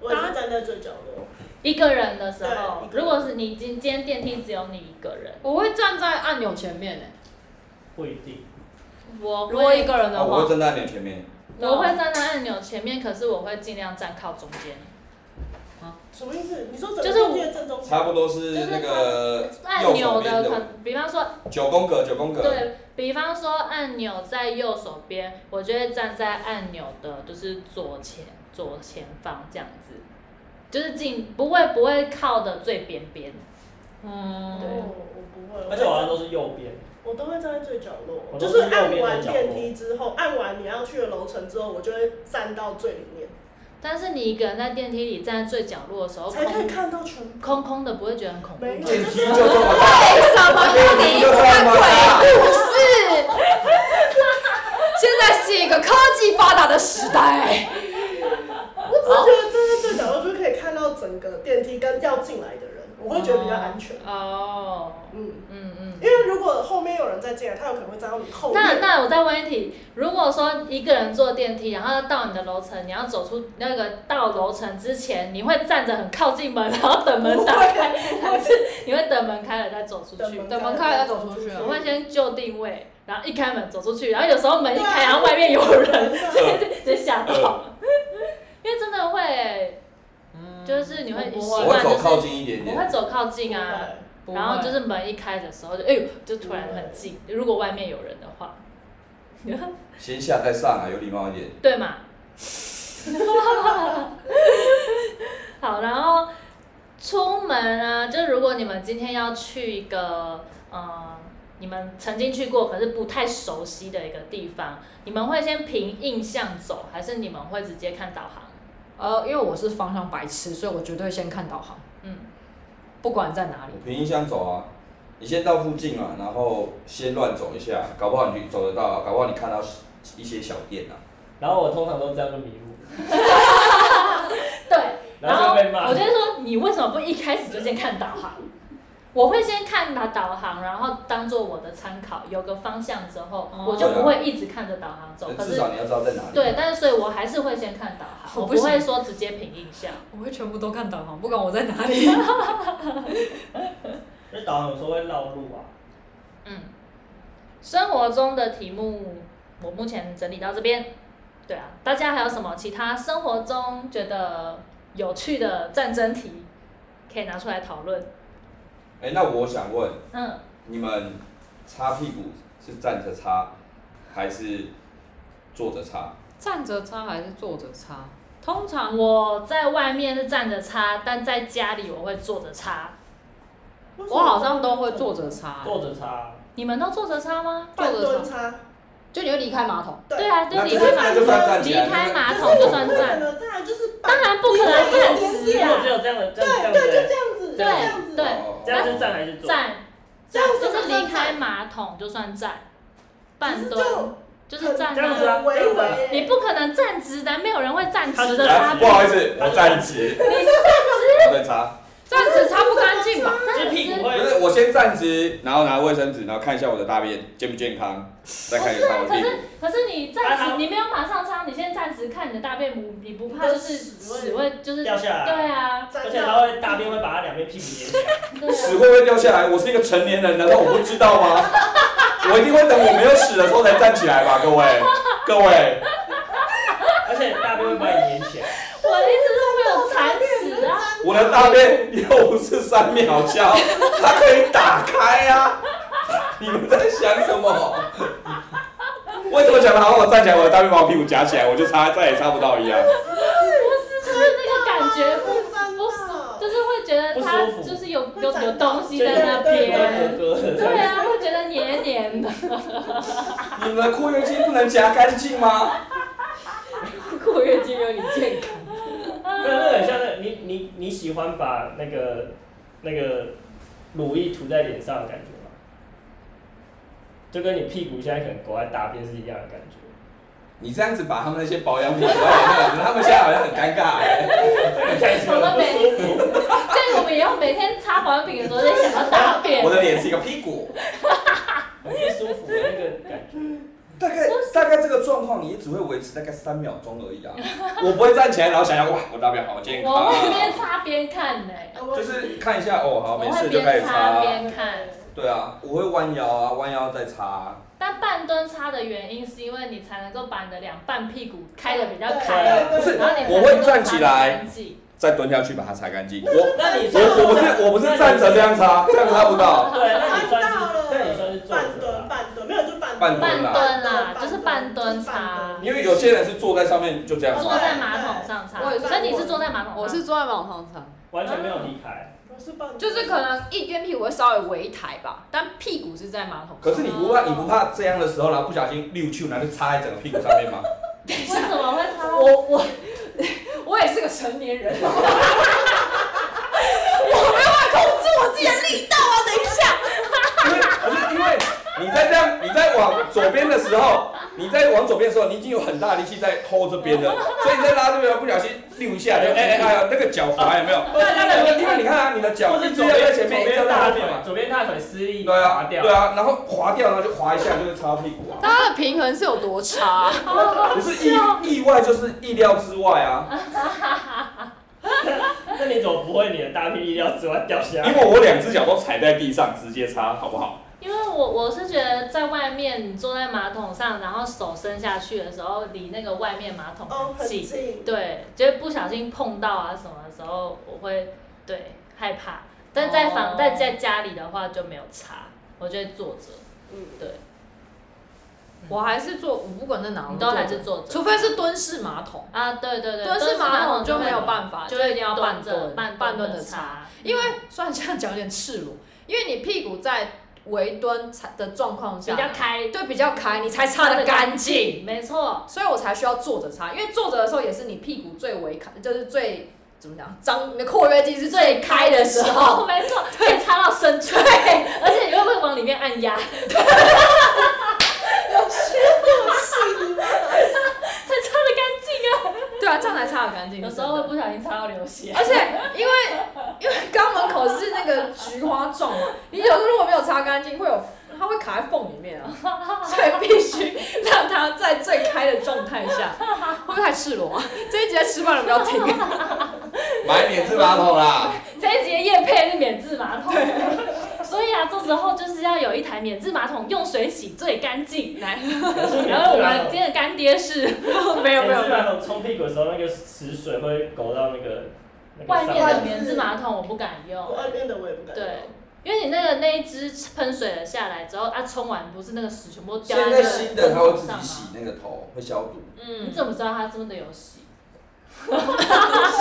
S4: 我也是站在最角落，
S2: 一个人的时候
S4: 对一，个
S2: 如
S4: 人
S2: 果是你今今天电梯只有你一个人，
S1: 我会站在按钮前面诶、欸
S5: 不一定，
S2: 我
S1: 如果一
S2: 会
S1: 个人的
S6: 啊我会
S1: 话，
S6: 站在你前面，
S2: 我会站在按钮前面，可是我会尽量站靠中间。
S4: 什么意思？你说整
S2: 就是
S4: 个
S2: 我
S4: 电梯的正中
S6: 差不
S4: 多，
S6: 多是那个
S2: 按
S6: 右
S2: 钮
S6: 手边
S2: 的可
S6: 的
S2: 能，比方说
S6: 九宫格，九宫格。
S2: 对比方说，按钮在右手边，我就会站在按钮的，就是左前左前方这样子，就是进不会不会靠的最边边。
S1: 嗯，
S4: 哦，我不会，
S5: 而且我好像都是右边，
S4: 我都会站在最角落，
S5: 我
S4: 就
S5: 都
S4: 是
S5: 是
S4: 按
S5: 右边
S4: 完
S5: 的角落
S4: 电梯之后，按完你要去的楼层之后，我就会站到最里面，
S2: 但是你一个人在电梯里站在最角落的时候，
S4: 才可以
S2: 空
S4: 看到全部。
S2: 哦空空的，不会觉得很恐怖
S4: 没
S2: 吗？
S6: 电梯就这么大，
S1: 为什么要你一
S6: 就
S1: 个
S6: 这么大，
S1: 故事？现在是一个科技发达的时代，
S4: 我只觉
S2: 哦
S4: 得站在最角落就可以看到整个电梯跟要进来的人，我会觉得比较安全。
S2: 哦，
S4: 嗯，
S2: 嗯嗯。
S4: 因为如果后面有人再进来，他有可能会站到你后面。
S2: 那那我再问一题，如果说一个人坐电梯，然后要到你的楼层，你要走出那个到楼层之前，你会站着很靠近门，然后等门打开，还
S4: [laughs]
S2: 是你会等门开了再走出去？
S4: 等
S1: 等门开了再走出去啊
S2: 我会先就定位，然后一开门走出去，然后有时候门一开，然后外面有人，
S1: 啊
S2: 就吓到，
S6: 嗯
S2: [laughs] 因为真的会，就是你会习
S1: 我
S6: 我
S2: 惯
S6: 嗯会走靠
S2: 就是
S6: 近一点
S2: 我会
S6: 点。
S2: 走靠近啊，然后就是门一开的时候就哎呦，就突然很近，如果外面有人的话，
S6: 先下再上啊，有礼貌一点。
S2: 对 [laughs] 嘛？好，然后出门啊，就如果你们今天要去一个呃，你们曾经去过可是不太熟悉的一个地方，你们会先凭印象走，还是你们会直接看导航？
S1: 呃，因为我是方向白痴，所以我绝对先看导航，
S2: 嗯，
S1: 不管在哪里
S6: 我。凭印象走啊，你先到附近啊，然后先乱走一下，搞不好你走得到啊，搞不好你看到一些小店啊。
S5: 然后我通常都这样就迷路，
S2: 对，然
S5: 然
S2: 后
S5: 后就被骂
S2: 我就说你为什么不一开始就先看导航？我会先看它导航，然后当做我的参考，有个方向之后，
S1: 哦
S2: 我就不会一直看着导航走。可
S6: 至
S2: 是
S6: 少你要知道在哪里。
S2: 对，但是所以我还是会先看导航，
S1: 我
S2: 我
S1: 不
S2: 不
S1: 行
S2: 会说直接凭印象。
S1: 我会全部都看导航，不管我在哪里。
S5: 因为导航有时候会绕路啊。
S2: 嗯，生活中的题目我目前整理到这边。对啊，大家还有什么其他生活中觉得有趣的战争题可以拿出来讨论？
S6: 哎、那我想问，
S2: 嗯，
S6: 你们擦屁股是站着擦，还是坐着擦？
S1: 站着擦还是坐着擦？通常
S2: 我在外面是站着擦，但在家里我会坐着擦。
S1: 我好像都会坐着欸擦，
S5: 坐着擦，
S2: 你们都坐着擦吗？
S4: 半蹲擦，
S1: 就你会离开马桶。
S4: 对
S2: 对啊，就
S6: 那
S2: 离
S6: 就
S2: 开
S6: 是
S2: 马
S6: 那
S2: 桶
S6: 就算站起
S2: 离
S6: 来，哦
S2: 开马
S4: 可是
S2: 桶就
S4: 我
S2: 算
S4: 不可
S2: 站，
S4: 能站，就是半
S2: 当然不可能站直
S5: 因为我只
S2: 啊。
S5: 有这样的，这
S4: 对
S5: 样这样
S4: 对，就
S5: 子，
S4: 这样子，这样
S2: 对
S4: 子，
S2: 对，
S6: 哦
S5: 这样是站还是坐？
S2: 站，
S4: 这样
S2: 就
S4: 子
S2: 是离开马桶就算站，半蹲
S4: 就
S2: 就是站
S5: 这样子
S2: 着。
S5: 啊
S4: 很微微，
S2: 你不可能站直的，没有人会站直的擦
S6: 来，
S2: 屁
S6: 不好意思，我站直，
S2: 你
S6: 我在擦。
S2: 站直擦不干净 [laughs] 吧？
S5: 就是
S2: 站
S5: 屁
S2: 直
S5: 股
S6: 不
S5: 会
S6: 是，我先站直，然后拿卫生纸，然后看一下我的大便健不健康，再看一下我的
S2: 可
S6: 屁
S2: 是
S6: 股。
S2: 可是你站
S5: 啊
S2: 直，
S5: 好
S2: 你没有马上擦，你先站直看你的大便，你你不怕就是屎会就是
S5: 掉下来，
S2: 对啊，
S5: 而
S4: 站
S5: 且它
S4: 到
S5: 会大便会把它两边屁股粘起来，
S2: 对啊
S6: 屎会不会掉下来？我是一个成年人，难道我不知道 [laughs] 吗？我一定会等我没有屎的时候才站起来吧，各位，各位。
S5: 而且大便会把你粘起来。
S2: 我的意思是没有铲屎啊， [laughs]
S6: 我的大便又不是三秒胶，它可以打开啊！你们在想什么？为什么讲的好像我站起来，我的大便把我屁股夹起来，我就擦再也擦不到一样？
S2: 不是就是那个感觉不
S4: 不
S2: 不
S4: 不
S2: 就是会觉得它
S5: 不舒服
S2: 就是有
S4: 会
S2: 有
S4: 长
S2: 有东西
S5: 就是
S2: 在那
S5: 屁股
S2: 边。
S5: 会咯咯的。
S2: 对啊，会觉得黏黏的，
S6: 你们的括约肌不能夹干净吗？
S2: 括约肌有点健康。
S5: 那那个很像那，你你你喜欢把那个那个乳液涂在脸上的感觉吗？就跟你屁股现在可能狗在大便是一样的感觉。
S6: 你这样子把他们那些保养品都那他们现在好像很尴尬、欸。
S2: 我们每 [laughs] 这样我们以后每天擦保养品的时候，就想要大便
S6: 我。的脸是一个屁股，
S5: [laughs] 很不舒服的那个感觉。
S6: 大概大概这个状况也只会维持大概三秒钟
S2: [laughs]
S6: 而已啊。我不会站起来，然后想想哇，我大便好健康
S2: 我会
S6: 啊，
S2: 边擦边看呢、
S6: 就是看一下哦，好
S2: 我
S6: 没
S2: 会
S6: 事就开
S2: 边
S6: 始擦
S2: 擦
S6: 啊。
S2: 边看。
S6: 对啊，我会弯腰啊，弯腰再擦啊、
S2: 但半蹲擦的原因是因为你才能够把你的两半屁股开的比较
S6: 对
S2: 开，
S6: 啊
S4: 不是
S2: 然后你才能够
S6: 我会站起来
S2: 擦得干净。
S6: 再蹲下去把它擦干净。我
S5: 那你
S6: 我我不是我不是站着这样擦，这样擦不到。
S5: 对，那你
S4: 看
S5: 算
S4: 到
S5: 是，
S4: 了，
S5: 那你算是坐
S4: 半
S5: 着
S4: 蹲
S5: 吧。
S4: 半蹲，没有就
S2: 半
S4: 半
S6: 半蹲
S2: 蹲
S6: 啦
S2: 啦，就是半蹲擦，
S6: 因为有些人是坐在上面就这样
S2: 坐
S6: 擦，
S2: 在马桶上擦。
S1: 我也是
S2: 所以你是坐在
S1: [laughs]
S2: 马桶上，
S1: 我是坐在马桶上擦。
S5: 完全没有离开，
S4: 我是半蹲，
S1: 就是可能一边屁股会稍微围抬吧，但屁股是在马桶上。
S6: 可是你不怕你不怕这样的时候，然后不小心溜去，然后就插在整个屁股上面吗？
S2: 为什么会擦？
S1: 我我 [laughs] 我也是个成年
S6: [laughs]
S1: 人，我没有办法控制我自己的力道啊！等一下，
S6: 因为不是因为你在这样，你在往左边的时候，你在往左边的时候，你已经有很大的力气在 hold 这边 [laughs] 了，所以你在拉这边不小心溜一下，就哎哎哎呀，那个脚滑有没有？因为你看啊，你的脚
S5: 或
S6: 一
S5: 是
S6: 直
S5: 左
S6: 要在
S5: 边
S6: 前面，一
S5: 左
S6: 直
S5: 边
S6: 要在
S5: 大
S6: 后
S5: 腿
S6: 面嘛，。
S5: 左边大腿失力，
S6: 对
S5: 滑
S6: 啊，
S5: 掉，
S6: 对，啊，然后滑掉，然后就滑一下，就是擦屁股啊。
S1: 他的平衡是有多差？
S2: 哦
S6: 不是哦意意外就是意料之外啊，
S5: 那你怎么不会你的大屁意料之外掉下来？
S6: 因为我两只脚都踩在地上，直接擦，好不好？
S2: 因为我我是觉得在外面你坐在马桶上，然后手伸下去的时候，离那个外面马桶
S4: 哦
S2: 很
S4: 很
S2: 近，
S4: 近，
S2: 对，就是不小心碰到啊什么的时候，我会对害怕。但在房
S1: 哦
S2: 但在家里的话就没有擦，我就会坐着，
S4: 嗯
S2: 对，
S1: [laughs] 我还是坐，我不管在哪，
S2: 你都还是坐着
S1: 除非是蹲式马桶，
S2: 啊，对对对，
S1: 蹲
S2: 式
S1: 式马桶就
S2: 会
S1: 没有办法，就
S2: 会
S1: 一定要半
S2: 蹲着
S1: 蹲，
S2: 半
S1: 半蹲
S2: 的嗯
S1: 的擦。，因为虽然这样讲有点赤裸，因为你屁股在围蹲的状况
S2: 比
S1: 下，
S2: 较开，
S1: 对比较开，你才擦的干净。
S2: 没错，
S1: 所以我才需要坐着擦，因为坐着的时候也是你屁股最为开，就是最怎么讲，张你的括约肌是最开的时候，，
S2: [laughs] 没错，可以擦到深处，而且你又会往里面按压， [laughs]
S4: 就是嘛
S2: 才擦的干净啊。
S1: 对啊，这样才擦的干净。
S2: 有时候
S1: 真
S2: 会
S1: 的
S2: 不小心擦到流血。
S1: 而且因为因为肛门口是那个菊花状嘛，你有时候如果没有擦干净，会有它会卡在缝里面 [laughs] 啊，所以必须让它在最开的状态下，会不会太赤裸啊？这一集在吃饭了不要 [laughs] 停，
S6: 买免治马桶 [laughs] 啦，
S2: 这一集的夜配是免治马桶， [laughs] 所以啊，这时候就是要有一台免治马桶，用水洗最干净。来，
S5: 可是你
S2: 然后我们今天的干爹是没有没
S5: 每
S2: 有没有，
S5: 次马桶冲屁股的时候，那个屎水会勾到那个那
S2: 外
S5: 个
S2: 面的
S5: 上
S2: 免治马桶我不敢用
S4: 我，外面的我也不敢。
S2: 对，因为你那个那一只喷水了下来之后，啊冲完不是那个屎全部掉
S6: 现在
S2: 那
S6: 新
S2: 个
S6: 的它会
S2: 马桶
S6: 自
S2: 上
S6: 己洗
S2: 吗？
S6: 那个头，会消毒。
S2: 你
S1: 嗯，
S2: 怎么知道它真的有洗？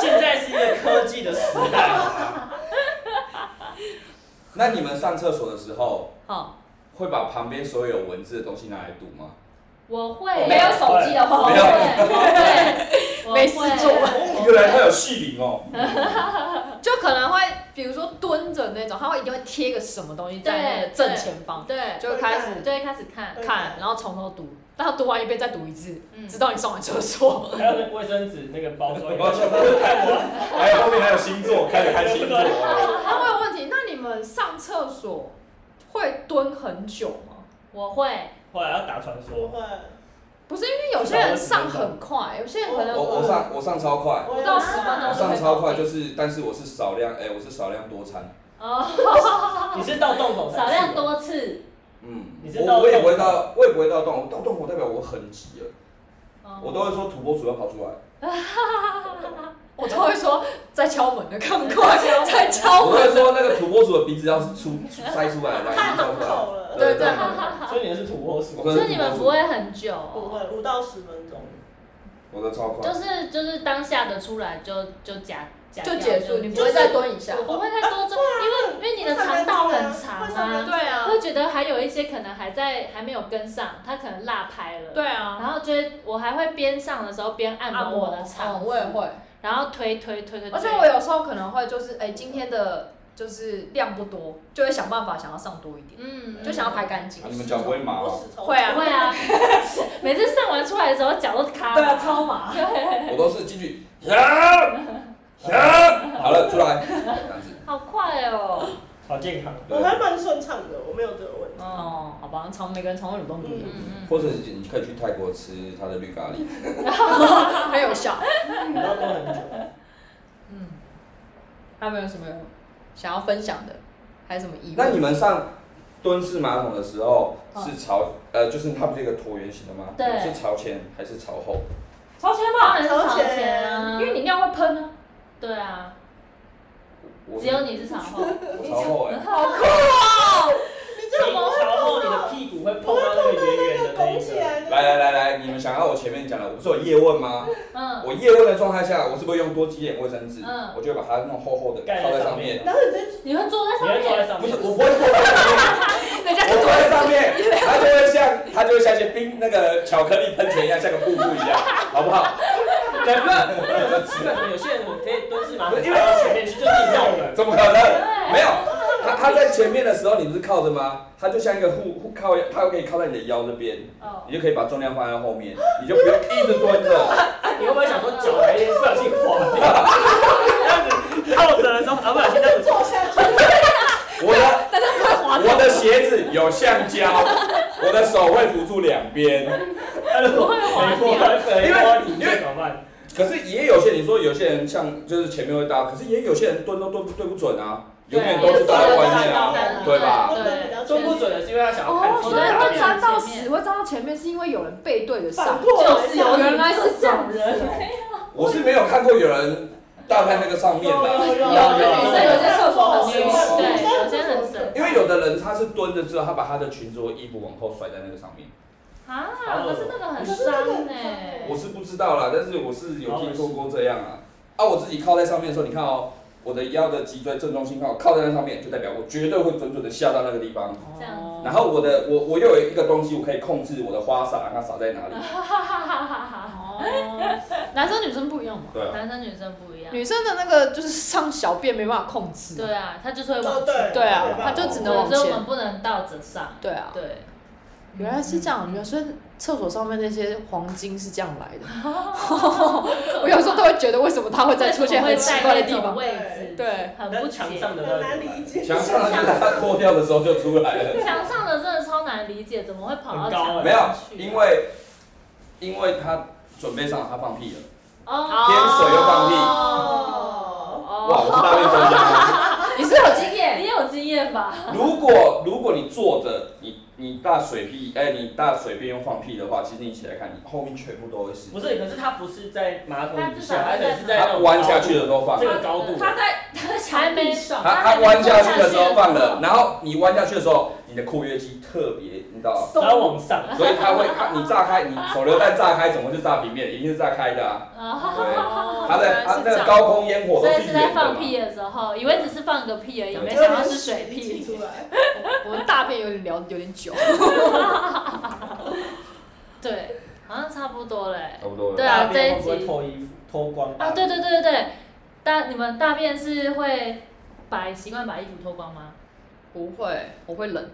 S5: 现在是一个科技的时
S2: [laughs]
S5: 代，
S6: 那你们上厕所的时候，
S1: 好，
S6: 会把旁边所有有文字的东西拿来读吗？
S2: 我
S5: 我
S2: 会
S1: 没有手机的话，
S6: 没有
S2: 对，
S1: 没事做
S2: 我会
S5: [laughs]
S6: 原来它有细鳞哦。
S1: 就可能会比如说蹲着那种，他会一定会贴一个什么东西在那个正前方，
S2: 对，
S1: 就会开始
S2: 就会开始看，
S4: 对
S1: 看，然后从头读，但他读完一遍再读一次，
S2: 嗯，
S1: 直到你上完厕所。
S5: 还有那卫生纸那个包装，
S6: 包装还有后面还有星座，开始看星座。哦
S1: [laughs] 那我有问题，那你们上厕所会蹲很久吗？
S2: 我会，
S5: 后来要打传
S4: 不
S5: 说，
S4: 会，
S1: 不是，因为有些人上很快，有些人可
S6: 我
S1: 能
S6: 我上我上超快，
S4: 我
S1: 不
S4: 也
S1: 到
S4: 是
S1: 十分
S6: 我
S1: 钟就
S6: 上
S1: 会到
S6: 超快就是，但是我是少量，哎，我是少量多餐。
S2: 哦，
S5: 你是到洞口才
S2: 少
S5: 去
S2: 量
S5: 吗，
S2: 多次，
S6: 嗯
S5: 你，是到
S6: 我我也
S5: 洞
S6: 不会到，我也不会到洞，我到洞我代表我很急了，
S2: 哦
S6: 我都会说土拨鼠要跑出来，
S1: 我都会说在敲门的更快，在敲
S6: 我
S1: 门。
S6: 会说那个土拨鼠的鼻子要是出塞出来，来
S4: 太
S6: 你照
S4: 好
S6: 出来。
S4: 口了，
S1: 对对
S5: 所以你是土拨鼠
S6: 我。
S2: 所
S6: 跟
S2: 以你们不会很久
S4: 不
S2: 哦、
S4: 会五到十分钟，
S6: 我的超
S2: 就
S6: 快，
S2: 是就是当下的出来就就夹夹掉
S1: 就结束，你不
S2: 就
S1: 会再蹲一下。
S2: 我不会再多做，因为因为你的肠道很长
S4: 会上班
S2: 啊，
S1: 对啊
S2: 会觉得还有一些可能还在还没有跟上，它可能落拍了。
S1: 对啊，
S2: 然后就会我还会边上的时候边按摩我的肠
S1: 嗯
S2: 子，
S1: 我也会。
S2: 然后推推推推，
S1: 而且
S2: 推
S1: 我有时候可能会就是，哎、今天的就是量不多，就会想办法想要上多一点，
S2: 嗯
S1: 就想要排干净
S6: 啊。你们脚不会麻
S4: 我
S6: 哦？
S4: 始终
S1: 会啊
S2: 不会啊，每次上完出来的时候脚都
S1: [laughs]
S2: 卡。
S1: 对啊，超麻。
S6: 我都是进去，呀呀，好了出来，这样子。
S2: 好快哦！
S5: 好健康，
S6: 对
S4: 我还蛮顺畅的，我没有这个问题。
S1: 哦，好吧，肠每个人肠胃蠕动不一样，
S2: 嗯
S6: 或者是你可以去泰国吃它的绿咖喱，
S1: 很有效。
S5: 你都蹲很久。
S1: 嗯，还有没有什么想要分享的？还有什么疑问？
S6: 那你们上蹲式马桶的时候
S1: 嗯
S6: 是朝呃，就是它不是一个椭圆形的吗？
S2: 哦对
S6: 是朝前还是朝后？
S1: 超前
S2: 当
S1: 吧，
S2: 然是朝前啊，
S1: 因为你尿会喷 [laughs] 啊。
S2: 对啊，
S6: 我
S2: 只有你是朝后，
S6: 我朝后哎、
S1: [laughs] 好酷哦！
S4: 你
S5: 你朝后，你的屁股会碰到那个圆圆的那
S4: 拱
S5: 一
S4: 起
S5: 个。
S4: 来的，
S6: 来来来来，你们想要我前面讲的，我不是有叶问吗？
S2: 嗯，
S6: 我叶问的状态下，我是不是用多挤点卫生纸？
S2: 嗯
S6: 我就会把它弄厚厚的
S5: 盖
S6: 套在
S5: 上
S6: 上
S5: 面
S6: 面。
S4: 然后你直接
S2: 你会坐在
S5: 你
S2: 上
S5: 会坐在
S2: 面，
S5: 上
S6: 不
S5: 面
S6: 是，，我不会坐在上面，
S1: 人家
S6: 我坐在上面，
S2: [laughs]
S6: 它就会像它就会像一些冰那个巧克力喷泉一样，像个瀑布一样，好不好？
S5: 整个我有时候奇怪，有些人可以蹲式马桶，因为到前面去就是你这种人，
S6: 怎么可能？
S2: 对，
S6: 没有，他他在前面的时候，你不是靠着吗？他就像一个护护靠，他可以靠在你的腰这边，
S2: 哦，
S6: 你就可以把重量放在后 [laughs] 面，你就不用一直蹲着。
S5: 你会不会想说脚还不小心滑掉？这样子靠着的时候，啊不小心这样子
S4: 坐下去，
S6: 我的我的鞋子有橡胶，我的手会扶住两边。
S5: 他如果没过来，没过来，你这怎么办？
S6: 可是也有些你说有些人像就是前面会搭，可是也有些人蹲都蹲不蹲不准啊，永远都是搭在外面啊，对吧？
S2: 对，
S5: 蹲不准的是因为他想要看
S1: 哦，
S5: 你
S1: 所以会
S5: 打
S1: 沾到屎，会沾到前面，是因为有人背对着上
S4: 反。过来
S2: 就是有
S1: 原来是这样子
S2: 人，
S6: 我是没有看过有人搭在那个上面的，
S4: 有
S6: 因为有的人他是蹲着之后，他把他的裙子或衣服往后甩在那个上面。
S2: 啊，可是那个很伤哎，
S6: 我是不知道啦，但是我是有听说过这样啊。啊，我自己靠在上面的时候，你看哦，我的腰的脊椎正中心靠靠在那上面，就代表我绝对会准准的下到那个地方。
S2: 这样子
S6: 然后我的我我又有一个东西，我可以控制我的花洒，它洒在哪里。
S1: 哦，男生女生不一样嘛。
S6: 对啊，
S2: 男生女生不一样，
S1: 女生的那个就是上小便没办法控制。
S2: 对啊，他就是会往
S4: 哦
S2: 前，
S4: 对
S1: 对啊，
S6: 对
S1: 他就只能
S2: 对
S1: 往
S2: 所以我
S1: 前。
S2: 们不能倒着上，
S1: 对啊，
S2: 对，
S1: 原来是这样，原来所以厕所上面那些黄金是这样来 [laughs] 的。我有时候都会觉得，为什么它会再出现很奇怪的地方？
S2: 位置，
S1: 对，
S2: 很
S5: 那
S2: 不
S5: 墙
S2: 解。
S5: 上的
S4: 很难理解，
S6: 墙上就是它脱掉的时候就出来 [laughs] 了。
S2: 墙上的真的超难理解，怎么会跑到
S5: 很高
S2: 墙上
S5: 欸
S2: 去？
S6: 没有，因为因为他准备上他放屁了。
S2: 哦，
S6: 天水又放屁
S2: 哦
S6: [laughs] 哇，我是大便专家吗。
S1: 你是有经验，
S2: 你有经验吧？
S6: 如果如果你坐着，你你大水屁，哎、你大水便用放屁的话，其实你起来看，你后面全部都会是
S5: 不。是，可是他不是在马桶底下，他可能是在那
S6: 它
S5: 种
S6: 弯下去的时候放
S5: 这，个高度，
S2: 他在他还没上
S6: 它它弯下去的时候放了，然后你弯下去的时候，你的括约肌特别，你
S1: [laughs]
S6: 知道吗，
S5: 然后往上，
S6: 所以它会，它你炸开，你手榴弹炸开，怎么会是炸平面？一定是炸开的啊。
S2: 啊，
S6: 对，
S1: 哦
S6: 它在它那个
S1: [laughs]
S6: 高空烟火
S2: 所
S6: 都
S2: 以
S6: 是
S2: 是
S6: 圆
S2: 在
S6: 的
S2: 放
S6: 嘛。
S2: 屁的时候，以为只是放个屁而已，
S6: 对
S2: 没想到是水屁。
S4: 出来，
S1: 我们大便有点聊有点久。
S2: 对，好像差不多嘞。哦
S6: 差不多了。
S2: 对啊
S5: 大便会不会脱衣服、脱光
S2: 啊，对对对对对，大你们大便是会把习惯把衣服脱光吗？
S1: 不会，我会冷。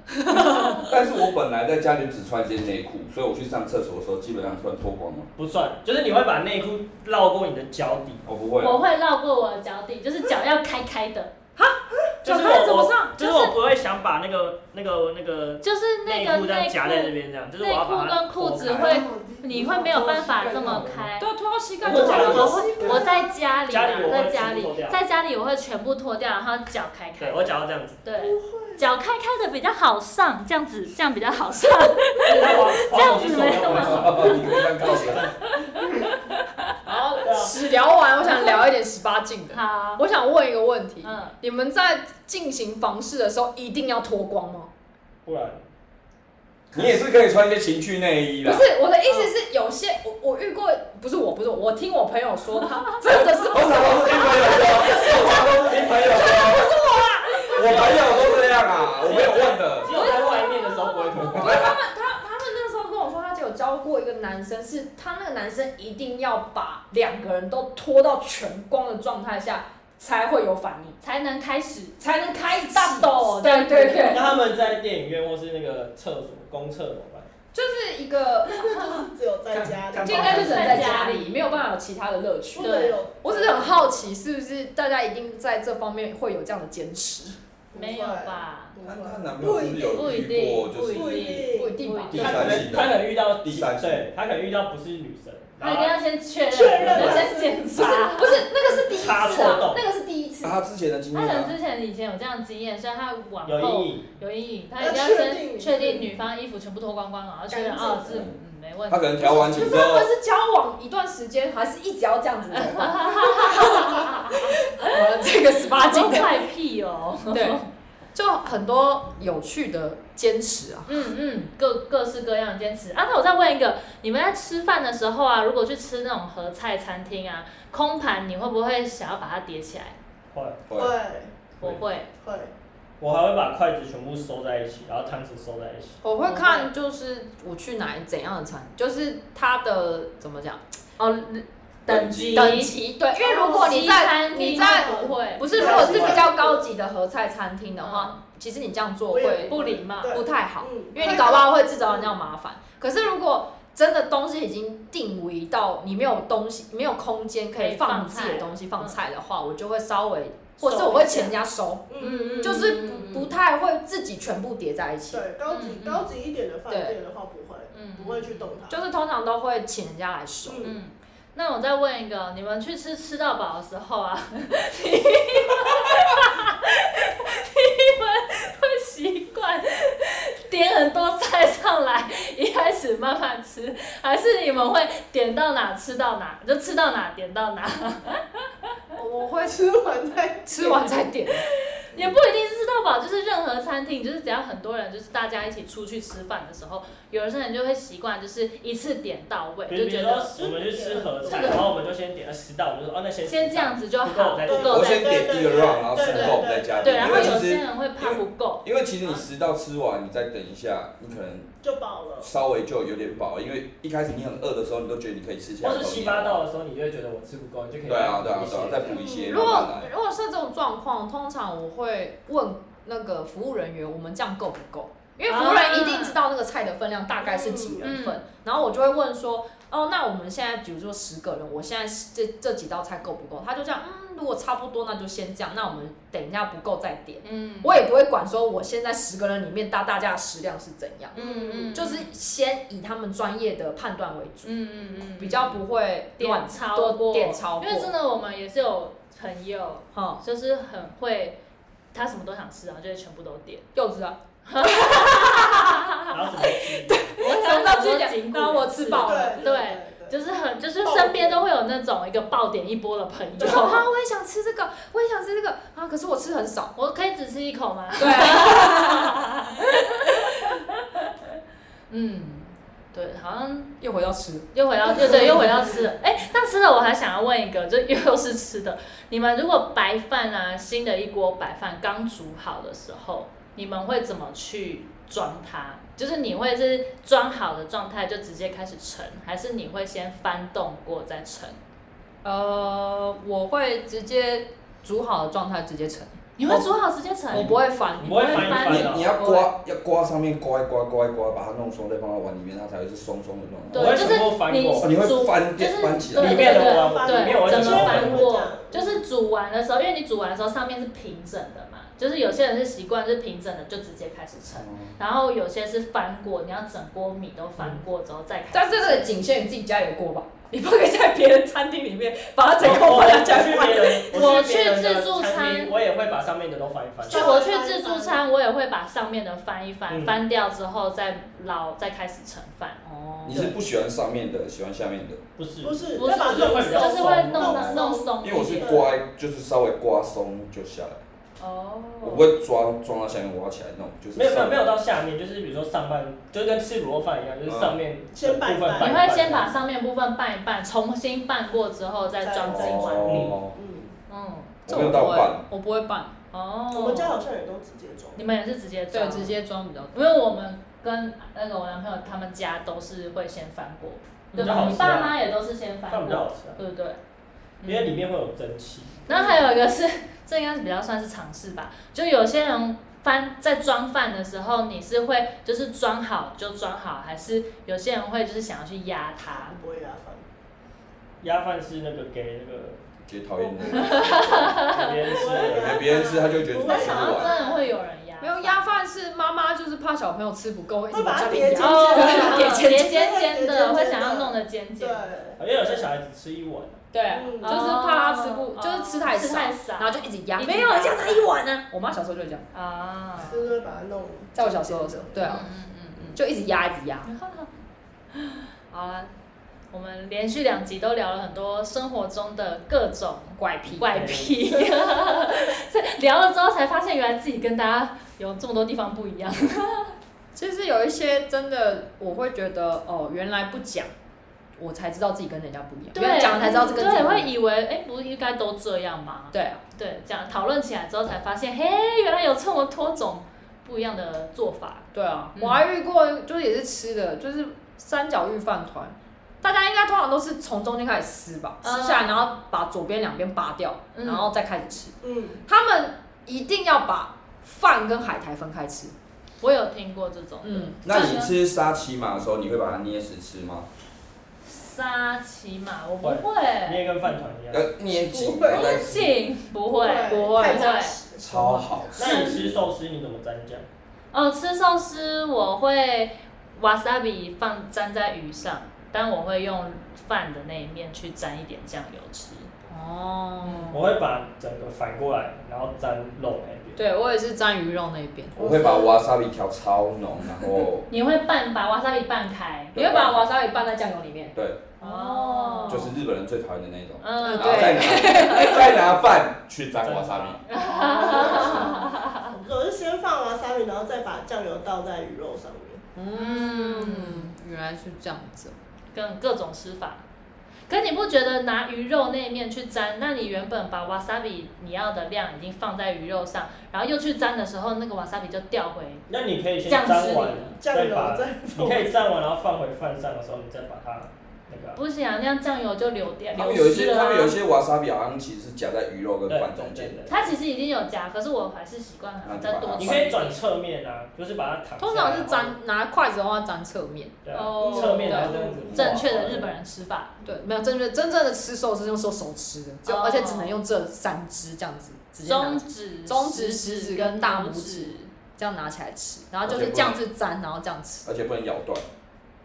S6: 但是我本来在家里只穿一件内裤，所以我去上厕所的时候基本上穿脱光了。
S5: 不算，就是你会把内裤绕过你的脚底，
S6: 我不会啊，
S2: 我会绕过我的脚底，就是脚要开开的，
S5: 就是
S2: 脚开
S5: 我
S2: 怎么
S5: 我
S2: 上？
S5: 就是我不会想把那个那个那个
S2: 就是那
S5: 内
S2: 个
S5: 裤这样夹在这边这样，就是我
S2: 内
S5: 要
S2: 裤
S5: 把它
S2: 跟裤子
S5: 脱开
S2: 会，你会没有办法这么开。
S1: 对，啊脱到膝盖
S5: 盖
S1: 就
S5: 就
S1: 好
S5: 好
S1: 了
S5: 了。
S2: 我会我在家里
S5: 家里
S2: 啊，
S5: 我会
S2: 在家
S5: 全部
S2: 里
S5: 脱，掉
S2: 在家里我会全部脱掉，然后脚开开
S5: 对。我脚要这样子，
S2: 对，脚开开的比较好上，这样子这样比较好上。
S5: 而且它滑
S2: [laughs] 这
S5: 滑
S2: 样
S5: 手机
S2: 子
S5: 手
S2: 没
S5: 要
S2: 有
S5: 往上
S6: 你可以这样告诉我。
S1: 然后
S5: 对啊
S1: 屎聊完，我想聊一点十八禁的。
S2: 好，
S1: [laughs] 我想问一个问题：
S2: 嗯，
S1: 你们在进行房事的时候一定要脱光吗？
S5: 不然
S6: [laughs] 你也是可以穿一些情趣内衣
S1: 不
S6: 啦。
S1: 是，我的意思是，有些我我遇过，不是我，不是我，我听我朋友说，他真的
S6: [laughs]
S1: 是
S6: 我常常是听朋友说，我常常是听朋友说。我朋友都这样啊，我没有问的。
S5: 只有在外面的时候不会脱光。
S1: 他们那时候跟我说，他只有教过一个男生，是他那个男生一定要把两个人都脱到全光的状态下，才会有反应，
S2: 才能开始。
S1: 才能开始
S2: 大斗
S1: 对对对，
S5: 那他们在电影院或是那个厕所公厕怎么办？
S1: 就是一个，
S4: 只有在家里
S3: 看看
S1: 这应该就只能在家里，没有办法有其他的乐趣
S4: 不。能有。
S1: 我只是很好奇，是不是大家一定在这方面会有这样的坚持？
S4: 不会
S2: 没有？吧？
S4: 不
S6: 她
S4: 会
S6: 她男朋友是不是有遇过就
S4: 不
S6: 是
S4: 一定，
S1: 不一定吧
S6: 第
S5: 他
S6: 三
S5: 可能
S6: 性的
S5: 他可能遇到
S6: 第三性
S5: 对，他可能遇到不是女生，
S2: 那
S5: 然
S2: 一
S5: 后
S2: 定要先确认，
S4: 确认
S2: 我先检
S1: 不是
S2: 查。
S1: 不是，那个是第一次
S5: 插错
S1: 啊
S5: 洞，
S1: 那个是第一次。
S6: 啊她之前的经
S2: 他
S6: 验
S2: 可能
S6: 啊，
S2: 之前以前有这样的经验，所以他往
S5: 有
S2: 后
S5: 阴影。
S2: 有阴影，他一
S4: 要
S2: 定要
S4: 确
S2: 先
S4: 定
S2: 确定女方衣服全部脱光光，然后确认
S4: 干净
S2: 哦是
S6: 的
S2: 嗯没问题
S6: 她。可能调完
S1: 可
S6: 情
S1: 是
S6: 之
S1: 他
S6: 后
S1: 们，是交往一段时间，还是一直要这样子的？呃，这个十八
S2: 好
S1: 禁
S2: 多
S1: 的，
S2: 怪癖哦。
S1: 对，就很多有趣的坚持啊。
S2: 嗯嗯，各各式各样的坚持啊。那我再问一个，你们在吃饭的时候啊，如果去吃那种合菜餐厅啊，空盘你会不会想要把它叠起来？
S5: 会，
S4: 会
S6: 会
S2: 我会，
S4: 会，
S5: 我还会把筷子全部收在一起，然后汤匙收在一起。
S1: 我会看，就是我去哪一怎样的餐，就是它的怎么讲
S2: 哦，等级
S1: 等级对，因为如果你在你在
S2: 不会
S1: 不是，嗯如果是比较高级的合菜餐厅的话，其实你这样做会
S2: 不礼貌，
S4: 对
S1: 不太好。
S4: 嗯
S1: 因为你搞不好会制造人家麻烦。可是如果真的东西已经定位到你没有东西、没有空间可以放你自己的东西、放
S2: 放菜
S1: 菜的嗯话，我就会稍微，或者是我会请人家收，
S4: 嗯，
S2: 嗯
S1: 就是不不太会自己全部叠在一起，
S4: 对，高级
S2: 嗯嗯
S4: 高级一点的饭店的话不会，
S2: 嗯
S4: 不会去动它。
S1: 就是通常都会请人家来收。
S4: 嗯
S2: 嗯。那我再问一个，你们去吃吃到饱的时候啊，你你们会习惯 [laughs] 点很多菜上来， [laughs] 一开始慢慢吃，还是你们会点到哪吃到哪，就吃到哪点到哪？
S1: 我
S4: [laughs]
S1: 会
S4: 吃完再
S1: 吃完再点，
S2: 也不一定是吃到饱，就是任何餐厅，就是只要很多人，就是大家一起出去吃饭的时候，有的人就会习惯就是一次点到位，
S5: 比
S2: 就
S5: 如比
S2: 觉
S5: 如
S2: 得
S5: 说我们去吃合菜，然后我们就先点了十道，我们就说哦那先十道
S2: 先这样子就
S5: 不够
S2: 好，
S5: 再
S2: 不
S4: 对
S2: 够
S6: 我
S2: 再
S6: 先点一个 round，然后吃够再加
S2: 对，
S6: 点。
S2: 然
S6: 因
S2: 后
S6: 为
S2: 有
S6: 其
S2: 些
S6: 实
S2: 人会怕不够，
S6: 因为其实你食道吃完，你再等一下，你可能
S4: 就饱了。
S6: 稍微就有点饱，因为一开始你很饿的时候，你都觉得你可以吃起来。
S5: 或是七八。道的时候，你就会觉得我吃不够，你就可以
S6: 对啊，对啊，
S5: 一
S6: 对啊，
S5: 些
S6: 再补一些，
S1: 如
S6: 慢慢
S1: 果
S6: 来。
S1: 如果是这种状况，通常我会问那个服务人员，我们这样够不够？因为服务人一定知道那个菜的分量大概是几人份，然后我就会问说，哦，那我们现在比如说十个人，我现在是这这几道菜够不够？他就这样，嗯，如果差不多，那就先这样，那我们等一下不够再点。
S2: 嗯，
S1: 我也不会管说我现在十个人里面大大家的食量是怎样，
S2: 嗯嗯，
S1: 就是先以他们专业的判断为主，
S2: 嗯嗯嗯，
S1: 比较不会乱
S2: 点超
S1: 多
S2: 过，
S1: 点超过，
S2: 因为真的我们也是有朋友，
S1: 嗯，
S2: 就是很会，他什么都想吃，然后就会全部都点，
S1: 柚子啊。
S6: 啊
S5: 然后什么鸡
S2: 我
S1: 想到
S2: 最
S1: 去点，当我吃饱了。
S4: 对
S2: 对，就是很就是身边都会有那种一个爆点一波的朋
S1: 就说 [laughs]
S2: 友，
S1: 啊，我也想吃这个，我也想吃这个啊，可是我吃很少。
S2: 我可以只吃一口吗？
S1: [laughs] 对啊，
S2: 嗯，对，好像
S1: 又回到吃，
S2: 又回到又对，又回到吃了。哎、那吃的我还想要问一个，就 [laughs] 又又是吃的。你们如果白饭啊，新的一锅白饭刚煮好的时候，你们会怎么去装它？就是你会是装好的状态就直接开始盛，还是你会先翻动过再盛？
S1: 呃，我会直接煮好的状态直接盛。
S2: 你会煮好直接盛？
S1: 我不会翻
S5: 你，不会翻一翻
S2: 你
S5: 的
S6: 你你要刮，要刮上面刮一刮，刮一刮，把它弄松，再放到碗里面，它才会是松松的状
S2: 对，
S6: 态。
S5: 我也
S2: 就
S5: 想过
S2: 是
S5: 翻过
S6: 哦
S2: 你
S6: 你会
S2: 煮
S6: 翻
S2: 就
S6: 变
S2: 是
S6: 翻起
S2: 对
S6: 来，
S5: 里面的
S2: 对
S5: 我啊
S4: 对
S2: 对
S5: 里面我
S2: 整
S5: 也
S2: 个
S5: 想过
S2: 翻
S5: 翻过，
S2: 过，就是煮完的时候，因为你煮完的时候上面是平整的嘛，就是有些人是习惯是平整的就直接开始盛，然后有些是翻过，你要整锅米都翻过之后再开
S1: 但
S2: 始
S1: 这
S2: 盛。
S1: 个仅限于自己家里的锅吧，你不可以在别人餐厅里面把它整个
S5: 我
S1: 放在家
S5: 去
S1: 里
S5: 别
S1: 面。
S5: 人，
S2: 我去
S5: 去别人的
S2: 自助
S5: 餐
S2: 餐
S5: 厅我也会把上面的都翻一翻。
S2: 就我去自助餐，我也会把上面的翻一翻，
S5: 嗯
S2: 翻掉之后再捞，再开始盛饭。
S1: 哦
S6: 你是不喜欢上面的，喜欢下面的，
S5: 不是
S4: 不是，
S2: 不是
S4: 要把
S5: 就是会比较
S2: 就是会
S5: 松
S2: 弄得弄松一
S6: 因为我是
S2: 点。
S6: 刮，就是稍微刮松就下来，
S2: 哦，
S6: 我不会抓抓到下面挖起来弄，就是
S5: 没有没有
S6: 上
S5: 没有到下面，就是比如说上半，就跟吃卤肉饭一样，就是上面
S4: 先
S5: 部
S4: 拌
S5: 分
S4: 一
S5: 拌一
S4: 拌
S2: 你
S5: 拌
S2: 会先把上面部分拌一拌，重新拌过之后再装进碗里。
S6: 哦，
S4: 嗯，
S2: 嗯，
S1: 这
S6: 我没有到
S1: 不会
S6: 半，
S1: 我不会拌，
S2: 哦，
S4: 我们家好像也都直接装。
S2: 你们也是直接
S1: 对，
S2: 装，
S1: 直，接装比较多。
S2: 因为我们跟那个我男朋友他们家都是会先翻过，对
S5: 比较
S2: 吧？
S5: 好
S2: 你
S5: 吃啊
S2: 爸妈也都是先翻
S5: 饭比较好
S2: 过，
S5: 吃啊，
S2: 对不对？嗯
S5: 因为里面会有蒸汽。
S2: 然后还有一个是，这应该是比较算是尝试吧，就有些人翻在装饭的时候，你是会就是装好就装好，还是有些人会就是想要去压它？
S4: 不会压饭，
S5: 鸭饭是那个给那个
S6: 最讨厌的，
S5: 别人吃的，
S6: 给别人吃他就觉得
S4: 不会
S6: 怎么
S2: 我
S6: 吃
S2: 想
S6: 不
S2: 到
S6: 完。
S2: 真的会有人压，
S1: 没有压饭是妈妈就是怕小朋友吃不够，一直
S4: 会把
S1: 往
S4: 它
S1: 家里
S4: 叠
S1: 压
S4: 进。
S2: 哦，
S4: 去
S2: 叠
S4: 尖尖
S2: 尖尖的，
S4: 的
S2: 会想要弄得尖尖
S4: 对，
S2: 的，
S5: 因为有些小孩子吃一碗，
S1: 对，
S4: 嗯
S1: 就是怕他吃不，
S2: 哦
S1: 就是吃太
S2: 吃
S1: 少，
S2: 太少，
S1: 然后就一直压。
S2: 一直
S1: 没有，
S2: 压
S1: 这样才一碗啊呢。我妈小时候就这样，
S2: 啊，
S4: 就是会把它弄。
S1: 在我小时候的时候，对
S2: 嗯
S1: 啊，
S2: 嗯嗯嗯。
S1: 就一直压，一直压。
S2: 好了，我们连续两集都聊了很多生活中的各种
S1: 怪癖，
S2: 怪癖， [laughs] 所以聊了之后才发现，原来自己跟大家有这么多地方不
S1: [laughs]
S2: 一样。
S1: 其实有一些真的，我会觉得哦，原来不讲，我才知道自己跟人家不一样。因为讲才知道这个自己不
S2: 对，
S1: 一
S2: 会
S1: 样。
S2: 以为哎、诶不是应该都这样吗？
S1: 对啊，
S2: 对，这样讨论起来之后才发现，嘿，原来有这么多种不一样的做法。
S1: 对啊，
S2: 嗯
S1: 我还遇过，就是也是吃的，就是三角玉饭团。大家应该通常都是从中间开始撕吧，
S2: 嗯
S1: 撕下来，然后把左边两边拔掉，
S2: 嗯
S1: 然后再开始吃。
S4: 嗯，
S1: 他们一定要把饭跟海苔分开吃。
S2: 我有听过这种，
S1: 嗯，
S6: 那你吃沙琪玛的时候，你会把它捏实吃吗？
S2: 沙琪玛我不
S5: 会你
S2: 会，
S5: 也跟饭团一样。
S6: 要捏紧，
S4: 不会
S6: 然后再吃
S2: 信不会。
S1: 不会
S4: 太扎实。
S6: 超好吃。
S5: 那你吃寿司你怎么沾酱？
S2: 哦，吃寿司我会 wasabi 放沾在鱼上，但我会用饭的那一面去沾一点酱油吃。
S1: 哦，
S5: 我会把整个反过来，然后沾肉那边。
S1: 对我也是沾鱼肉那一边，
S6: 我会把 wasabi 调超浓，然后
S2: 你会拌把 wasabi 拌开，
S1: 你会把瓦萨里拌在酱油里面。
S6: 对，
S2: 哦
S6: 就是日本人最讨厌的那一
S5: 啊
S6: 种，
S2: 嗯
S6: 然后再拿
S5: [laughs]
S6: 再拿饭去沾 wasabi，
S4: 我是啊先放完沙米，然后再把酱油倒在鱼肉上面。
S2: 嗯，
S1: 原来是这样子。
S2: 跟各种吃法。可你不觉得拿鱼肉那一面去沾，那你原本把 wasabi 你要的量已经放在鱼肉上，然后又去沾的时候，那个 wasabi 就掉回
S5: 那你可以先
S2: 酱汁
S5: 沾
S2: 里
S5: 完
S2: 了，
S4: 酱
S5: 再
S4: 油
S5: 把
S4: 再
S5: 你可以蘸完，然后放回饭上的时候，你再把它那个啊。
S2: 不行啊，那样酱油就流掉
S6: 他
S2: 流
S6: 们有一
S2: 失
S6: 些
S2: 了、啊。
S6: 他们有一些 wasabi 好像其实是夹在鱼肉跟
S5: 对
S6: 饭中间的，
S5: 对对
S2: 它其实已经有夹，可是我还是习惯还要再多
S5: 你
S2: 吃一点。
S5: 可以转侧面啊，就是把它躺下来。
S1: 通常是
S5: 然后
S1: 沾拿筷子的话沾侧面，
S5: 对啊
S2: 哦
S5: 侧面，然后这样子。
S2: 正确的日本人吃法。
S1: 对，没有正确真正的吃寿司用手手吃的，只有
S2: 哦
S1: 而且只能用这三只这样子直接拿
S2: 中，指、
S1: 中指食指跟大拇指这样拿起来吃，然后就是这样子沾，然后这样吃，
S6: 而且不能咬断，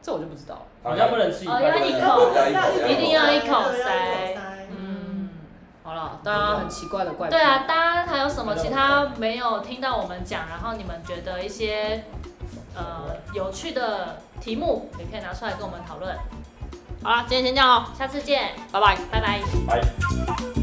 S1: 这我就不知道了。
S5: 好像不能吃一
S2: 哦
S5: 半。
S2: 要
S4: [laughs]
S2: 一口
S6: 要一口
S2: 一定要一口塞
S4: 塞。
S1: 嗯，好了，大家很奇怪的怪癖
S2: 对，啊，大家还有什么其他没有听到我们讲，然后你们觉得一些呃有趣的题目，也可以拿出来跟我们讨论。
S1: 好了，今天先这样喽，
S2: 哦下次见，
S1: 拜拜。
S2: 拜拜。
S5: 拜。